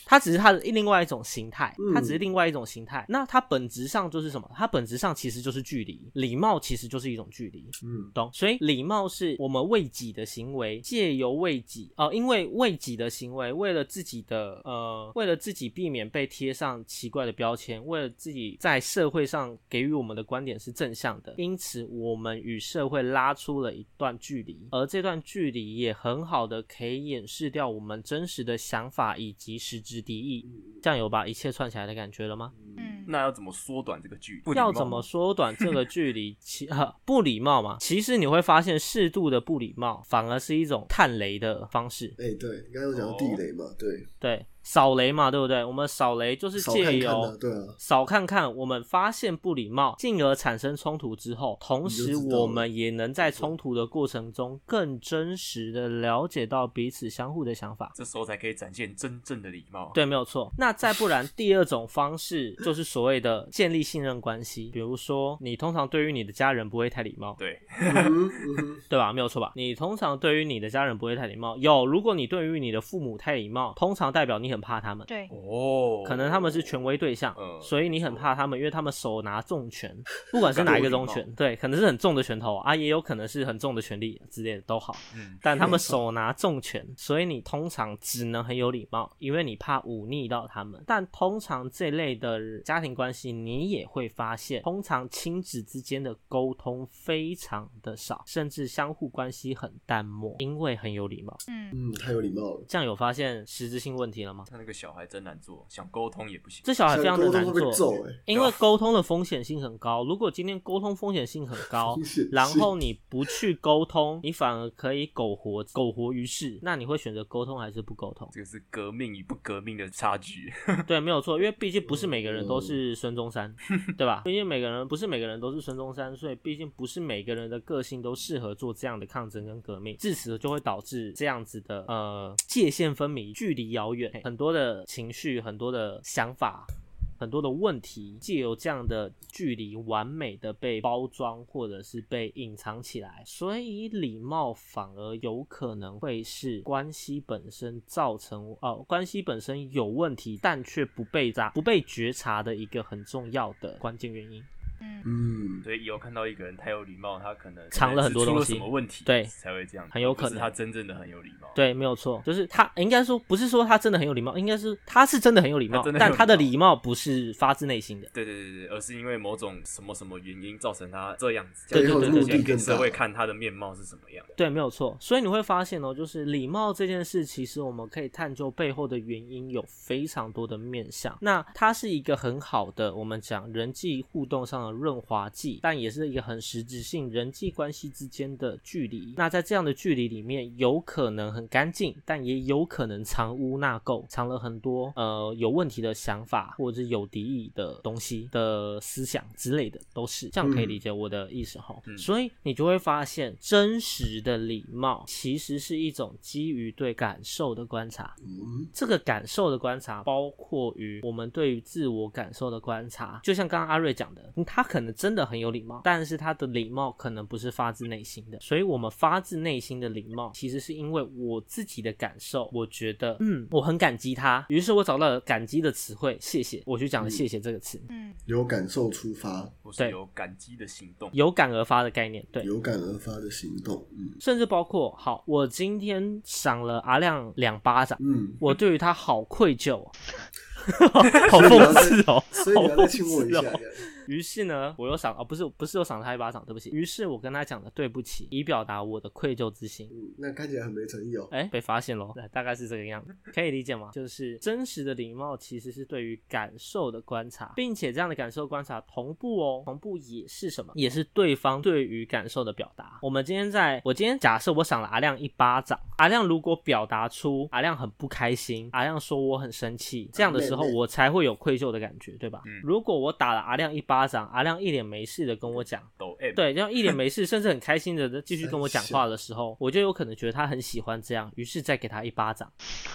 Speaker 1: 它只是它的另外一种形态，它只是
Speaker 2: 嗯
Speaker 1: 另外一种形态。那它本质上就是什么？它本质上其实就是距离，礼貌其实就是一种距离。
Speaker 2: 嗯，
Speaker 1: 懂？所以礼貌是我们为己的行为，借由为己哦、因为为己的行为，为了自己的呃，为了自己避免被贴上奇怪的标签，为了自己在社会上给予我们的观点是正向的，因此我们与社会拉出了一段距离，而这段距离也很好的可以掩饰掉我们真实的想法以及实质敌意。这样有把一切串起来的感觉了吗？
Speaker 3: 嗯，
Speaker 4: 那要怎么缩短这个距离？不礼
Speaker 1: 要
Speaker 4: 貌
Speaker 1: 怎么
Speaker 4: 吗
Speaker 1: 缩短这
Speaker 2: <laughs>
Speaker 1: 个距离？其、呃、不礼貌嘛，其实你会发现，适度的不礼貌反而是一种探雷的方式，
Speaker 2: 哎，对，刚才有讲到
Speaker 1: 哦
Speaker 2: 地雷嘛，对，
Speaker 1: 对，扫雷嘛，对不对？我们扫雷就是
Speaker 2: 少
Speaker 1: 借
Speaker 2: 看看
Speaker 1: 由
Speaker 2: 啊，对啊，
Speaker 1: 少看看，我们发现不礼貌，进而产生冲突之后，同
Speaker 2: 你
Speaker 1: 时
Speaker 2: 就知道了
Speaker 1: 我们也能在冲突的过程中更真实的了解到彼此相互的想法。
Speaker 4: 这时候才可以展现真正的礼貌？，
Speaker 1: 对，没有错。那再不然，第二种方式就是所谓的建立信任关系，比如说，你通常对于你的家人不会太礼貌，
Speaker 4: 对，
Speaker 2: 嗯哼嗯哼，
Speaker 1: 对吧？没有错吧？你通常对于你的家人不会太礼貌。有，如果你对于你的父母太礼貌，通常代表你很很怕他们，
Speaker 3: 对，
Speaker 4: 哦，
Speaker 1: 可能他们是权威对象，
Speaker 4: 嗯
Speaker 1: 所以你很怕他们，因为他们手拿重拳，不
Speaker 4: <laughs>
Speaker 1: 管是哪一个重拳，对，可能是很重的拳头啊，也有可能是很重的权力之类的都好，
Speaker 4: 嗯，
Speaker 1: 但他们手拿重拳，所以你通常只能很有礼貌，因为你怕忤逆到他们。但通常这类的家庭关系，你也会发现，通常亲子之间的沟通非常的少，甚至相互关系很淡漠，因为很有礼貌。
Speaker 3: 嗯，
Speaker 2: 嗯，太有礼貌了。
Speaker 1: 这样有发现实质性问题了吗？
Speaker 4: 他那个小孩真难做，想沟通也不行。
Speaker 1: 这小啊孩非常的
Speaker 2: 沟
Speaker 1: 难
Speaker 2: 通会
Speaker 1: 做，
Speaker 2: 被揍哎、
Speaker 1: 因为沟通的风险性很高。如果今天沟通风险性很高
Speaker 2: <laughs> 风险，性
Speaker 1: 然后你不去沟通，你反而可以苟活苟活于世，那你会选择沟通还是不沟通？
Speaker 4: 这个是革命与不革命的差距。
Speaker 1: 对，没有错，因为毕竟不是每个人都是孙中山，对吧？毕竟每个人不是每个人都是孙中山，所以毕竟不是每个人的个性都适合做这样的抗争跟革命，至此就会导致这样子的呃界限分明、距离遥远，很多的情绪、很多的想法很多的问题，借由这样的距离，完美的被包装或者是被隐藏起来，所以礼貌反而有可能会是关系本身造成呃关系本身有问题，但却不被察不被觉察的一个很重要的关键原因。
Speaker 2: 嗯，
Speaker 4: 所以以后看到一个人太有礼貌，他可能
Speaker 1: 藏了很多
Speaker 4: 可能
Speaker 1: 东
Speaker 4: 是
Speaker 1: 西
Speaker 4: 出了什么问题，
Speaker 1: 对
Speaker 4: 才会这样，
Speaker 1: 很有可能
Speaker 4: 而不是他真正的很有礼貌。，
Speaker 1: 对，没有错，就是他应该说不是说他真的很有礼貌，应该是他是真的很有礼貌
Speaker 4: 他真，的很
Speaker 1: 但
Speaker 4: 有
Speaker 1: 他的
Speaker 4: 礼貌
Speaker 1: 礼貌不是发自内心的。
Speaker 4: 对对对对，而是因为某种什么什么原因造成他这样子，
Speaker 1: 对
Speaker 4: 这样
Speaker 1: 对对
Speaker 4: 子
Speaker 1: 对
Speaker 4: 想
Speaker 2: 目的
Speaker 4: 给
Speaker 2: 更大
Speaker 4: 社会看他的面貌是什么样的。
Speaker 1: 对，没有错。所以你会发现哦，就是礼貌这件事，其实我们可以探究背后的原因有非常多的面向。那它是一个很好的，我们讲人际互动上的润滑剂，但也是一个很实质性人际关系之间的距离。那在这样的距离里面，有可能很干净，但也有可能藏污纳垢，藏了很多呃有问题的想法，或者是有敌意的东西的思想之类的，都是这样可以
Speaker 2: 嗯
Speaker 1: 理解我的意思哈。
Speaker 4: 嗯
Speaker 1: 所以你就会发现，真实的礼貌其实是一种基于对感受的观察。
Speaker 2: 嗯，
Speaker 1: 这个感受的观察，包括于我们对于自我感受的观察。就像刚刚阿瑞讲的，嗯他可能真的很有礼貌，但是他的礼貌可能不是发自内心的。所以，我们发自内心的礼貌，其实是因为我自己的感受，我觉得，嗯，我很感激他，于是我找到了感激的词汇，谢谢，我就讲了谢谢这个词，
Speaker 3: 嗯，
Speaker 2: 有感受出发，
Speaker 4: 我是
Speaker 1: 对
Speaker 4: 有感激的行动，
Speaker 1: 有感而发的概念，对。
Speaker 2: 有感而发的行动，嗯
Speaker 1: 甚至包括好，我今天赏了阿亮两巴掌， <laughs>
Speaker 2: 嗯，
Speaker 1: 我对于他好愧疚、哦，好讽刺哦，
Speaker 2: 所以你
Speaker 1: 好
Speaker 2: 要再
Speaker 1: 讽
Speaker 2: 亲我一
Speaker 1: 刺
Speaker 2: 下，
Speaker 1: 哦
Speaker 2: 这样
Speaker 1: 于是呢，我又赏哦，不是不是又赏了他一巴掌，对不起。于是我跟他讲了对不起，以表达我的愧疚之心。
Speaker 2: 嗯，那看起来很没诚意哦。
Speaker 1: 哎，被发现喽，对大概是这个样子，可以理解吗？就是真实的礼貌其实是对于感受的观察，并且这样的感受观察同步哦，同步也是什么？也是对方对于感受的表达。我们今天在，我今天假设我赏了阿亮一巴掌，阿亮如果表达出阿亮很不开心，阿亮说我很生气，这样的时候
Speaker 2: 妹妹
Speaker 1: 我才会有愧疚的感觉，对吧？如果我打了阿亮一巴掌，阿亮一脸没事的跟我讲，
Speaker 4: 抖 M，，
Speaker 1: 对，然后一脸没事，甚至很开心的继续跟我讲话的时候，我就有可能觉得他很喜欢这样，于是再给他一巴掌。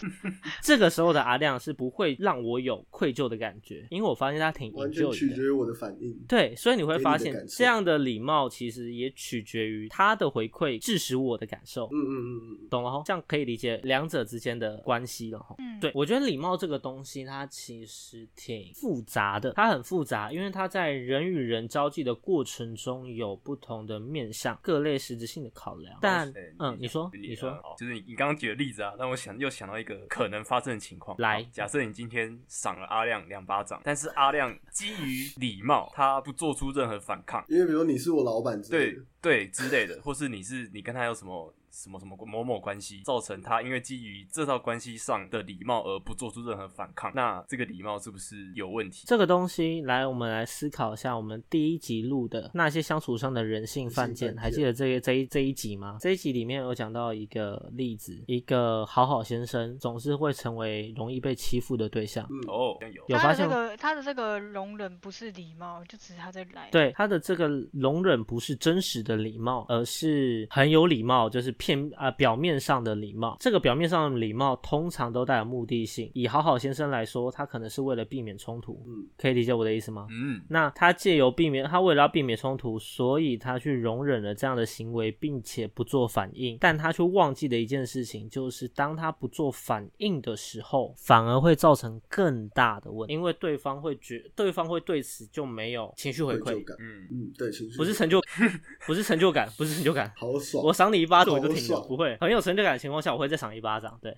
Speaker 1: <laughs> 这个时候的阿亮是不会让我有愧疚的感觉，因为我发现他挺
Speaker 2: 完全取
Speaker 1: enjoy
Speaker 2: 决
Speaker 1: 的。
Speaker 2: 于我的反应。
Speaker 1: 对，所以你会发
Speaker 2: 给你
Speaker 1: 现
Speaker 2: 的感受
Speaker 1: 这样的礼貌其实也取决于他的回馈，致使我的感受。
Speaker 2: 嗯嗯嗯嗯
Speaker 1: 懂了哈，这样可以理解两者之间的关系了哈。
Speaker 3: 嗯
Speaker 1: 对，我觉得礼貌这个东西，它其实挺复杂的，它很复杂，因为它在人与人交际的过程中有不同的面向，各类实质性的考量。但，嗯，你说，你说，
Speaker 4: 呃好就是你你刚刚举的例子啊，让我想又想到一个可能发生的情况。
Speaker 1: 来
Speaker 4: 好假设你今天赏了阿亮两巴掌，但是阿亮基于礼貌，他不做出任何反抗，
Speaker 2: 因为比如说你是我老板之类
Speaker 4: 对
Speaker 2: 的，
Speaker 4: 对之类的，或是你是你跟他有什么什么什么某某关系，造成他因为基于这套关系上的礼貌而不做出任何反抗，那这个礼貌是不是有问题？
Speaker 1: 这个东西，来，我们来思考一下，我们第一集录的那些相处上的人性犯
Speaker 2: 人性
Speaker 1: 贱，
Speaker 2: 犯贱
Speaker 1: 还记得这这一这一集吗？这一集里面有讲到一个例子，一个好好先生总是会成为容易被欺负的对象。
Speaker 2: 嗯，
Speaker 4: 哦，好像有
Speaker 1: 有
Speaker 3: 他
Speaker 1: 发
Speaker 3: 的
Speaker 1: 现
Speaker 3: 这
Speaker 1: 吗
Speaker 3: 个他的这个容忍不是礼貌，就只是他在来。
Speaker 1: 对他的这个容忍不是真实的礼貌，而是很有礼貌，就是片啊、表面上的礼貌，这个表面上的礼貌通常都带有目的性。以好好先生来说，他可能是为了避免冲突，
Speaker 2: 嗯，
Speaker 1: 可以理解我的意思吗？
Speaker 4: 嗯，
Speaker 1: 那他借由避免，他为了要避免冲突，所以他去容忍了这样的行为，并且不做反应。但他却忘记的一件事情，就是当他不做反应的时候，反而会造成更大的问题，因为对方会觉，对方会对此就没有情绪回
Speaker 2: 愧疚
Speaker 1: 馈，
Speaker 2: 感，
Speaker 4: 嗯，
Speaker 2: 嗯，对，情绪
Speaker 1: 不是成就，不是成就感，不是成就感。
Speaker 2: 好爽，
Speaker 1: 我赏你一巴掌，我就
Speaker 2: 好
Speaker 1: 挺了，
Speaker 2: 爽
Speaker 1: 不会很有成就感的情况下，我会再赏一巴掌。对，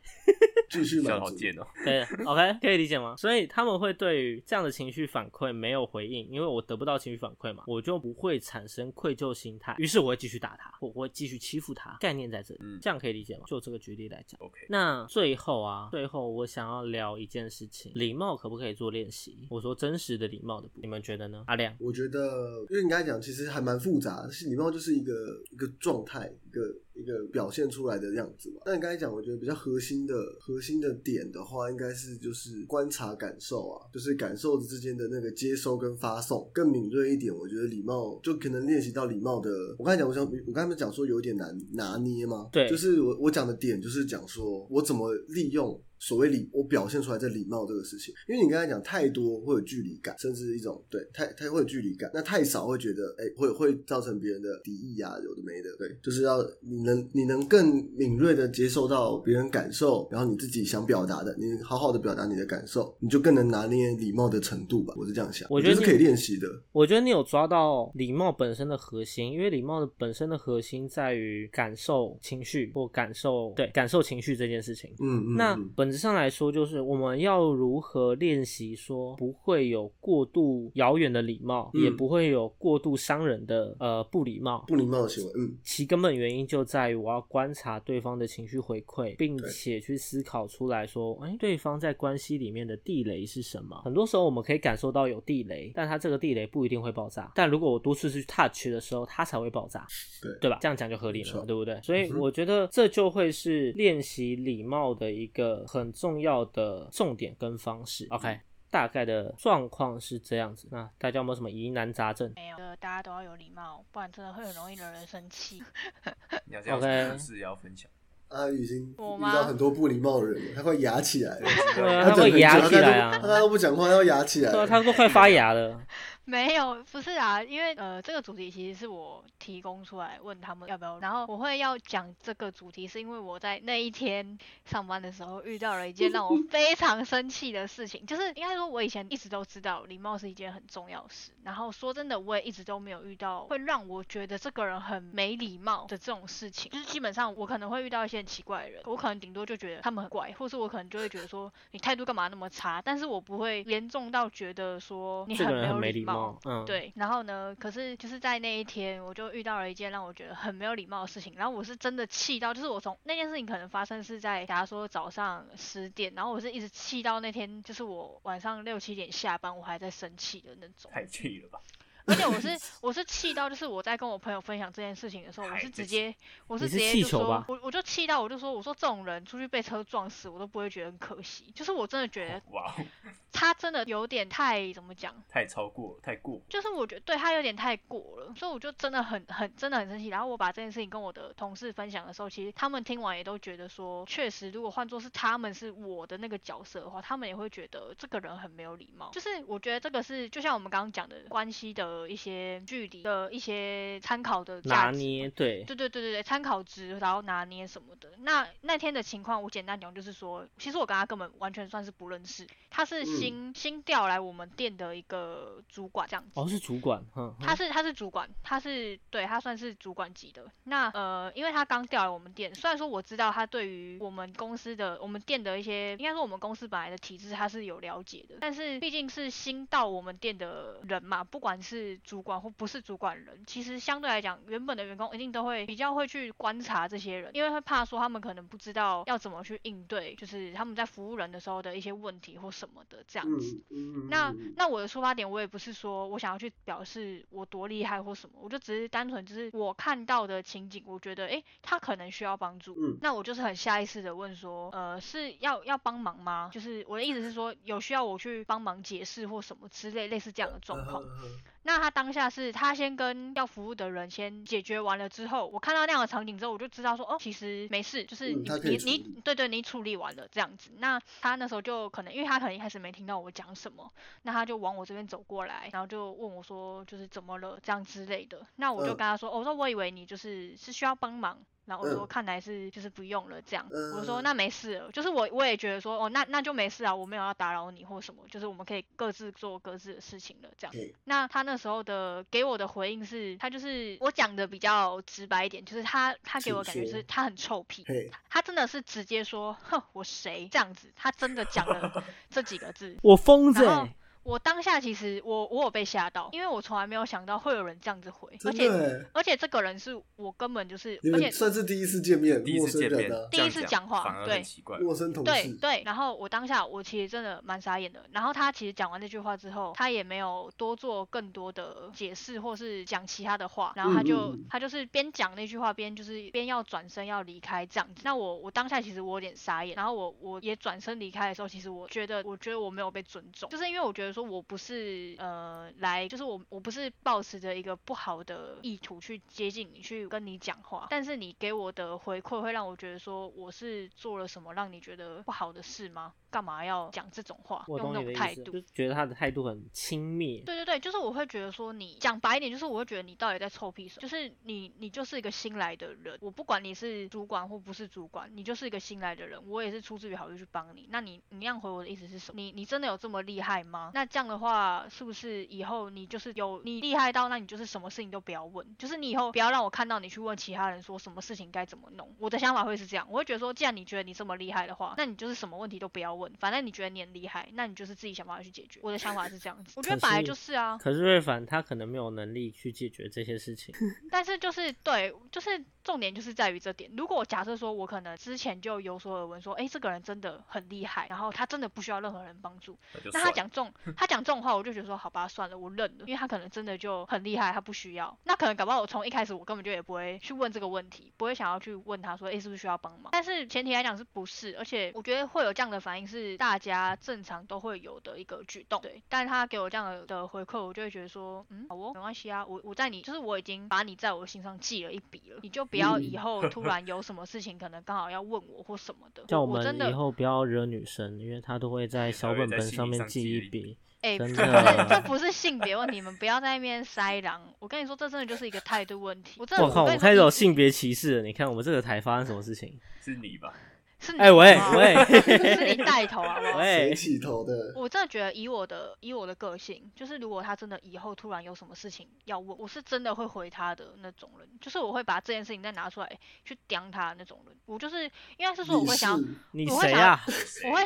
Speaker 2: 继续
Speaker 4: 笑
Speaker 2: 满
Speaker 4: 得好
Speaker 2: 足，
Speaker 4: 贱哦。
Speaker 1: 对，OK，可以理解吗？所以他们会对于这样的情绪反馈没有回应，因为我得不到情绪反馈嘛，我就不会产生愧疚心态，于是我会继续打他，我会继续欺负他，概念在这里，
Speaker 4: 嗯
Speaker 1: 这样可以理解吗？就这个举例来讲。
Speaker 4: OK，
Speaker 1: 那最后啊，最后我想要聊一件事情，礼貌可不可以做练习？我说真实的礼貌的部分，你们觉得呢？阿亮，
Speaker 2: 我觉得，因为你刚才讲，其实还蛮复杂的。是礼貌就是一个一个状态，一个一个表现出来的样子嘛。但你刚才讲，我觉得比较核心的核心的点的话，应该是就是观察感受啊，就是感受之间的那个接收跟发送更敏锐一点。我觉得礼貌就可能练习到礼貌的。我刚才讲，我想我刚才不是讲说有点难拿捏吗？
Speaker 1: 对
Speaker 2: 就是我我讲的点就是讲说我怎么利用所谓礼，我表现出来这礼貌这个事情，因为你刚才讲太多会有距离感，甚至一种对太太会有距离感，那太少会觉得哎、会会造成别人的敌意啊，有的没的，对，就是要你能你能更敏锐的接受到别人感受，然后你自己想表达的，你好好的表达你的感受，你就更能拿捏礼貌的程度吧，我是这样想，
Speaker 1: 我觉
Speaker 2: 觉
Speaker 1: 得
Speaker 2: 是
Speaker 1: 你
Speaker 2: 可以练习的，
Speaker 1: 我觉得你有抓到礼貌本身的核心，因为礼貌的本身的核心在于感受情绪或感受对感受情绪这件事情。
Speaker 2: 嗯嗯，
Speaker 1: 那
Speaker 2: 嗯
Speaker 1: 本质上来说，就是我们要如何练习说不会有过度遥远的礼貌，
Speaker 2: 嗯
Speaker 1: 也不会有过度伤人的呃不礼貌。
Speaker 2: 不礼貌的行为，嗯，
Speaker 1: 其根本原因就在于我要观察对方的情绪回馈，并
Speaker 2: 对
Speaker 1: 且去思考出来说，哎，对方在关系里面的地雷是什么？很多时候我们可以感受到有地雷，但它这个地雷不一定会爆炸。但如果我多次去 touch 的时候，它才会爆炸，
Speaker 2: 对
Speaker 1: 对吧？这样讲就合理
Speaker 2: 没
Speaker 1: 了嘛，
Speaker 2: 错
Speaker 1: 对不对？所以
Speaker 2: 嗯哼
Speaker 1: 我觉得这就会是练习礼貌的一个很重要的重点跟方式。OK。大
Speaker 2: 嗯
Speaker 1: 概的状况是这样子，那大家有没有什么疑难杂症？
Speaker 3: 没有，呃大家都要有礼貌，不然真的会很容易惹人生气。 <laughs>
Speaker 4: 你要这样
Speaker 1: OK
Speaker 4: 故事也要分享，
Speaker 2: 阿宇已经遇
Speaker 3: 我吗
Speaker 2: 到很多不礼貌的人了，他快牙起
Speaker 3: <laughs>
Speaker 2: 来了。
Speaker 1: 对啊，
Speaker 2: 他
Speaker 1: 他会
Speaker 2: 整个
Speaker 1: 压
Speaker 2: 人
Speaker 1: 起
Speaker 2: 就
Speaker 1: 来
Speaker 2: 他
Speaker 1: 啊
Speaker 2: 都，他都不讲话，要压起来。
Speaker 1: 对啊，他都快发芽了。
Speaker 3: 没有，不是啊，因为呃，这个主题其实是我提供出来问他们要不要，然后我会要讲这个主题，是因为我在那一天上班的时候遇到了一件让我非常生气的事情，就是应该说，我以前一直都知道礼貌是一件很重要的事，然后说真的，我也一直都没有遇到会让我觉得这个人很没礼貌的这种事情，就是基本上我可能会遇到一些很奇怪的人，我可能顶多就觉得他们很怪，或是我可能就会觉得说你态度干嘛那么差，但是我不会严重到觉得说 <laughs> 你
Speaker 1: 这
Speaker 3: 很
Speaker 1: 个
Speaker 3: 没
Speaker 1: 人很
Speaker 3: 有
Speaker 1: 没
Speaker 3: 礼
Speaker 1: 礼
Speaker 3: 貌
Speaker 1: 貌。，嗯，，
Speaker 3: 对，然后呢？可是就是在那一天，我就遇到了一件让我觉得很没有礼貌的事情，然后我是真的气到，就是我从那件事情可能发生是在，假如说早上十点，然后我是一直气到那天，就是我晚上六七点下班，我还在生气的那种。
Speaker 4: 太气了吧？
Speaker 3: 而且我是我是气到，就是我在跟我朋友分享这件事情的时候，我
Speaker 4: 太
Speaker 3: 是直
Speaker 4: 自
Speaker 3: 接我
Speaker 1: 你
Speaker 3: 直
Speaker 1: 是
Speaker 3: 接
Speaker 1: 气
Speaker 3: 就
Speaker 1: 球
Speaker 3: 说
Speaker 1: 吧，
Speaker 3: 我我就气到，我就说我说这种人出去被车撞死，我都不会觉得很可惜，就是我真的觉
Speaker 1: 哦
Speaker 3: 得
Speaker 4: 哇，哦
Speaker 3: 他真的有点太怎么讲，
Speaker 4: 太超过，太过，
Speaker 3: 就是我觉得对他有点太过了，所以我就真的很很真的很生气。然后我把这件事情跟我的同事分享的时候，其实他们听完也都觉得说，确实如果换作是他们是我的那个角色的话，他们也会觉得这个人很没有礼貌。就是我觉得这个是就像我们刚刚讲的关系的一些距离的一些参考的价
Speaker 1: 拿
Speaker 3: 值
Speaker 1: 捏，对，
Speaker 3: 对对对对对，参考值，然后拿捏什么的。那那天的情况，我简单讲就是说，其实我跟他根本完全算是不认识，他是
Speaker 2: 嗯
Speaker 3: 新、新调来我们店的一个主管这样子。
Speaker 1: 哦，是主管，哼，
Speaker 3: 他
Speaker 1: 哼
Speaker 3: 是他是主管，他是对他算是主管级的。那呃，因为他刚调来我们店，虽然说我知道他对于我们公司的我们店的一些，应该说我们公司本来的体制他是有了解的，但是毕竟是新到我们店的人嘛，不管是主管或不是主管人，其实相对来讲，原本的员工一定都会比较会去观察这些人，因为会怕说他们可能不知道要怎么去应对，就是他们在服务人的时候的一些问题或什么的这样子。
Speaker 2: 嗯嗯
Speaker 3: 那那我的出发点，我也不是说我想要去表示我多厉害或什么，我就只是单纯就是我看到的情景，我觉得诶，他可能需要帮助，
Speaker 2: 嗯
Speaker 3: 那我就是很下意识的问说，呃，是要要帮忙吗？
Speaker 2: 呃
Speaker 3: 就是我的意思是说，有需要我去帮忙解释或什么之类类似这样的状况。那他当下是他先跟要服务的人先解决完了之后，我看到那样的场景之后，我就知道说，哦，其实没事，就是
Speaker 2: 嗯
Speaker 3: 你、
Speaker 2: 他可以
Speaker 3: 你
Speaker 2: 处
Speaker 3: 你
Speaker 2: 理
Speaker 3: 对对，你处理完了这样子。那他那时候就可能，因为他可能一开始没听到我讲什么，那他就往我这边走过来，然后就问我说，就是怎么了这样之类的。那我就
Speaker 2: 嗯
Speaker 3: 跟他说，哦，我说我以为你就是是需要帮忙。然后我说，
Speaker 2: 嗯
Speaker 3: 看来是就是不用了这样。我
Speaker 2: 嗯
Speaker 3: 说那没事了，就是我我也觉得说，哦，那那就没事啊，我没有要打扰你或什么，就是我们可以各自做各自的事情了这样。
Speaker 2: 对
Speaker 3: 那他那时候的给我的回应是，他就是我讲的比较直白一点，就是他他给我的感觉
Speaker 2: 请说
Speaker 3: 是他很臭屁，
Speaker 2: 嘿，
Speaker 3: 他真的是直接说，哼，我谁这样子，他真的讲
Speaker 2: <laughs>
Speaker 3: 了这几个字。
Speaker 1: 我疯子、
Speaker 3: 然后
Speaker 1: 欸，
Speaker 3: 我当下其实我我有被吓到，因为我从来没有想到会有人这样子回，而
Speaker 2: 真
Speaker 3: 且
Speaker 2: 的欸，
Speaker 3: 而且这个人是我根本就是，
Speaker 2: 你
Speaker 3: 而
Speaker 2: 们
Speaker 3: 且
Speaker 2: 算是第一次见面，
Speaker 4: 第一
Speaker 2: 陌
Speaker 4: 次
Speaker 2: 生
Speaker 4: 见面
Speaker 2: 人啊，，
Speaker 3: 第一次
Speaker 4: 这样
Speaker 3: 讲话
Speaker 4: 反而
Speaker 3: 对
Speaker 4: 很奇怪。
Speaker 2: 陌生同
Speaker 3: 对
Speaker 2: 事，
Speaker 3: 对，然后我当下我其实真的蛮傻眼的。然后他其实讲完这句话之后，他也没有多做更多的解释或是讲其他的话，然后他就、
Speaker 2: 嗯嗯嗯
Speaker 3: 他就是边讲那句话边就是边要转身要离开这样子。那我我当下其实我有点傻眼，然后我我也转身离开的时候，其实我觉得我觉得我没有被尊重，就是因为我觉得说我不是呃来，就是我我不是抱持着一个不好的意图去接近你去跟你讲话，但是你给我的回馈会让我觉得说我是做了什么让你觉得不好的事吗？干嘛要讲这种话，
Speaker 1: 我
Speaker 3: 用
Speaker 1: 懂
Speaker 3: 那
Speaker 1: 你的
Speaker 3: 种
Speaker 1: 意
Speaker 3: 态
Speaker 1: 思，
Speaker 3: 度
Speaker 1: 就？觉得他的态度很轻蔑。
Speaker 3: 对对对，就是我会觉得说你讲白一点，就是我会觉得你到底在臭屁什么？就是你你就是一个新来的人，我不管你是主管或不是主管，你就是一个新来的人，我也是出自于好意去帮你。那你你那样回我的意思是什么？你你真的有这么厉害吗？那这样的话，是不是以后你就是有你厉害到，那你就是什么事情都不要问，就是你以后不要让我看到你去问其他人说什么事情该怎么弄。我的想法会是这样，我会觉得说，既然你觉得你这么厉害的话，那你就是什么问题都不要问，反正你觉得你很厉害，那你就是自己想办法去解决。我的想法是这样子，我觉得本来就是啊。
Speaker 1: 可是瑞凡他可能没有能力去解决这些事
Speaker 3: <laughs>
Speaker 1: 情，
Speaker 3: 但是就是对，就是重点就是在于这点。如果我假设说我可能之前就有所耳闻说，诶，这个人真的很厉害，然后他真的不需要任何人帮助，
Speaker 4: 那就
Speaker 3: 那
Speaker 4: 算
Speaker 3: 他
Speaker 4: 了
Speaker 3: 讲这种他讲这种话，我就觉得说好吧，算了，我认了，因为他可能真的就很厉害，他不需要。那可能搞不好我从一开始我根本就也不会去问这个问题，不会想要去问他说，诶，是不是需要帮忙？但是前提来讲是不是？而且我觉得会有这样的反应是大家正常都会有的一个举动，对。但是他给我这样的回馈，我就会觉得说，嗯，好哦，没关系啊，我我在你就是我已经把你在我心上记了一笔了，你就不要以
Speaker 2: 嗯
Speaker 3: 后突然有什么事情，可能刚好要问我或什么的。
Speaker 1: 叫我
Speaker 3: 我
Speaker 1: 们
Speaker 3: 真的
Speaker 1: 以后不要惹女生，因为她都会在小本本上面记一笔。
Speaker 3: 哎、
Speaker 1: 真
Speaker 3: 不是，
Speaker 1: 的 <laughs>
Speaker 3: 这不是性别问题，你们不要在那边塞狼。我跟你说，这真的就是一个态度问题。我真的，
Speaker 1: 我靠，我
Speaker 3: 跟你
Speaker 1: 开始
Speaker 3: 说
Speaker 1: 有性别歧视了。你看我们这个台发生什么事情？
Speaker 4: 是你吧？
Speaker 3: 是你
Speaker 1: 哎喂
Speaker 3: 好不好
Speaker 1: 喂 <laughs>
Speaker 3: 是你带头好不好？
Speaker 1: 喂
Speaker 2: 谁起头的？
Speaker 3: 我真的觉得以我的以我的个性，就是如果他真的以后突然有什么事情要问，我是真的会回他的那种人，就是我会把这件事情再拿出来去刁他的那种人。我就是应该是说我
Speaker 2: 你
Speaker 3: 会
Speaker 2: 是
Speaker 3: 想要，
Speaker 1: 你
Speaker 3: 我会
Speaker 1: 谁
Speaker 3: 想
Speaker 1: 啊？
Speaker 3: 我会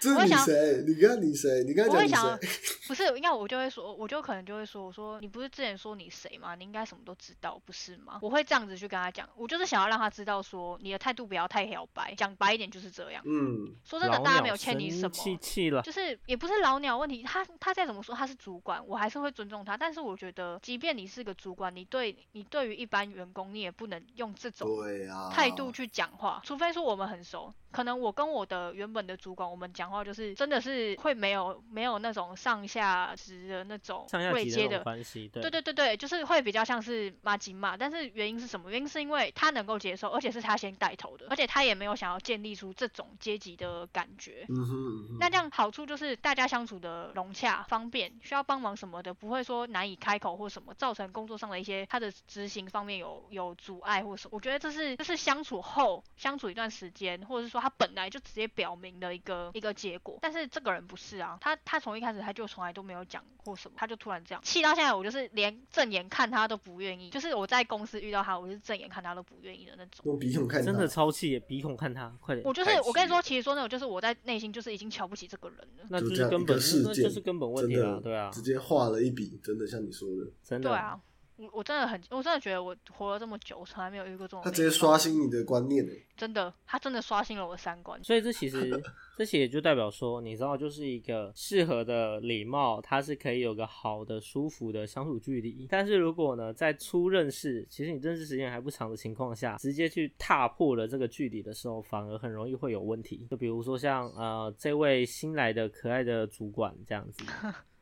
Speaker 2: 这
Speaker 3: 我
Speaker 2: 是
Speaker 3: 会
Speaker 2: 你
Speaker 3: 想
Speaker 2: 谁？你跟你谁？你刚
Speaker 3: 我
Speaker 2: 才
Speaker 3: 会
Speaker 2: 讲
Speaker 3: 想
Speaker 2: 你谁？，
Speaker 3: 不是，应该我就会说，我就可能就会说，我说你不是之前说你谁吗？你应该什么都知道，不是吗？我会这样子去跟他讲，我就是想要让他知道说，你的态度不要太表白，讲白一点就是这样。
Speaker 2: 嗯，
Speaker 3: 说真的，
Speaker 1: 老
Speaker 3: 大家没
Speaker 1: 鸟
Speaker 3: 有欠你什
Speaker 1: 生
Speaker 3: 么，
Speaker 1: 气气了。
Speaker 3: 就是也不是老鸟问题，他他再怎么说他是主管，我还是会尊重他。但是我觉得，即便你是个主管，你对你对于一般员工，你也不能用这种
Speaker 2: 对啊，
Speaker 3: 态
Speaker 1: 哦
Speaker 3: 度去讲话，除非说我们很熟，可能我跟我的原本的主管，我们讲话就是真的是会没有没有那种上下级的那种
Speaker 1: 上下
Speaker 3: 位
Speaker 1: 级的
Speaker 3: 阶
Speaker 1: 那
Speaker 3: 的
Speaker 1: 种。关系，对
Speaker 3: 对对对对，就是会比较像是马吉马，但是原因是什么？原因是因为他能够接受，而且是他先带头的，而且他也没有想要建立出这种阶级的感觉。
Speaker 2: 嗯哼，嗯哼
Speaker 3: 那这样好处就是大家相处的融洽、方便，需要帮忙什么的，不会说难以开口或什么，造成工作上的一些他的执行方面有有阻碍或什么。我觉得这是这是相处后相处一段时间，或者是说他本来就直接表明的一个一个结果。但是这个人不是啊，他他从一开始他就从来都没有讲过什么，他就突然这样，气到现在我就是连正眼看他都不愿意，就是我在公司遇到他，我是正眼看他都不愿意的那种。
Speaker 2: 用鼻孔看他，
Speaker 1: 真的超气耶，鼻孔看他，快点
Speaker 3: 我。就是
Speaker 4: 太
Speaker 3: 我跟
Speaker 4: 气
Speaker 3: 你说，
Speaker 4: 了
Speaker 3: 其实说那种就是我在内心就是已经瞧不起这个人了。
Speaker 1: 那
Speaker 2: 就
Speaker 1: 就
Speaker 2: 这
Speaker 1: 是
Speaker 2: 样
Speaker 1: 根
Speaker 2: 一个
Speaker 1: 本，
Speaker 2: 事
Speaker 1: 那
Speaker 2: 件，
Speaker 1: 这是根本问题
Speaker 2: 真
Speaker 1: 了，
Speaker 2: 的
Speaker 1: 对啊，
Speaker 2: 直接画了一笔，真的像你说的，
Speaker 1: 真的
Speaker 3: 对，啊，我我真的很，我真的觉得我活了这么久，我从来没有遇过这种。
Speaker 2: 他直接刷，新你的观念诶，
Speaker 3: 真的，他真的刷新了我的三观。
Speaker 1: 所以这其实这些也就代表说，你知道，就是一个适合的礼貌，它是可以有个好的、舒服的相处距离。但是如果呢，在初认识，其实你认识时间还不长的情况下，直接去踏破了这个距离的时候，反而很容易会
Speaker 3: <laughs>
Speaker 1: 有问题。就比如说像呃这位新来的可爱的主管这样子。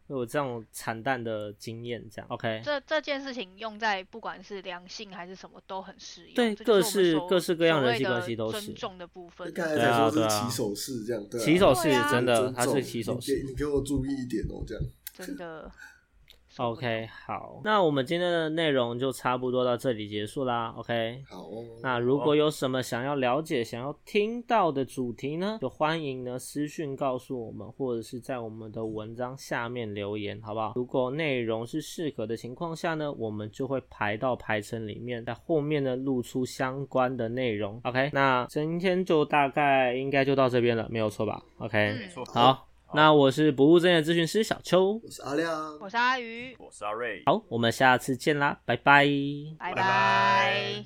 Speaker 1: 有这种惨淡的经验，这样 OK。
Speaker 3: 这这件事情用在不管是良性还是什么都很适用，
Speaker 1: 对
Speaker 3: 这就是我
Speaker 1: 各式
Speaker 3: 们所
Speaker 1: 各式各样
Speaker 3: 所谓
Speaker 1: 人际关系
Speaker 3: 的
Speaker 1: 都是
Speaker 3: 尊重的部分。
Speaker 2: 刚才
Speaker 1: 对啊
Speaker 2: 才说
Speaker 1: 对
Speaker 2: 是
Speaker 1: 啊
Speaker 2: 起手式这样，对啊，
Speaker 1: 起手式
Speaker 3: 对啊
Speaker 1: 真的，
Speaker 2: 尊
Speaker 1: 他
Speaker 2: 重
Speaker 1: 是起手
Speaker 2: 你
Speaker 1: 式
Speaker 2: 给。你给我注意一点哦，这样。
Speaker 3: 真的。受不了
Speaker 1: OK，好，那我们今天的内容就差不多到这里结束啦。OK，
Speaker 2: 好哦，
Speaker 1: 那如果有什么想要了解、想要听到的主题呢，就欢迎呢私讯告诉我们，或者是在我们的文章下面留言，好不好？如果内容是适合的情况下呢，我们就会排到排程里面，在后面呢露出相关的内容。OK，那今天就大概应该就到这边了，没有错吧？OK，、
Speaker 3: 嗯
Speaker 4: 没错。
Speaker 1: 好，那我是不务正业的咨询师小邱，
Speaker 2: 我是阿亮，
Speaker 3: 我是阿鱼，
Speaker 4: 我是阿瑞，
Speaker 1: 好，我们下次见啦，拜拜。
Speaker 3: 拜
Speaker 4: 拜拜
Speaker 3: 拜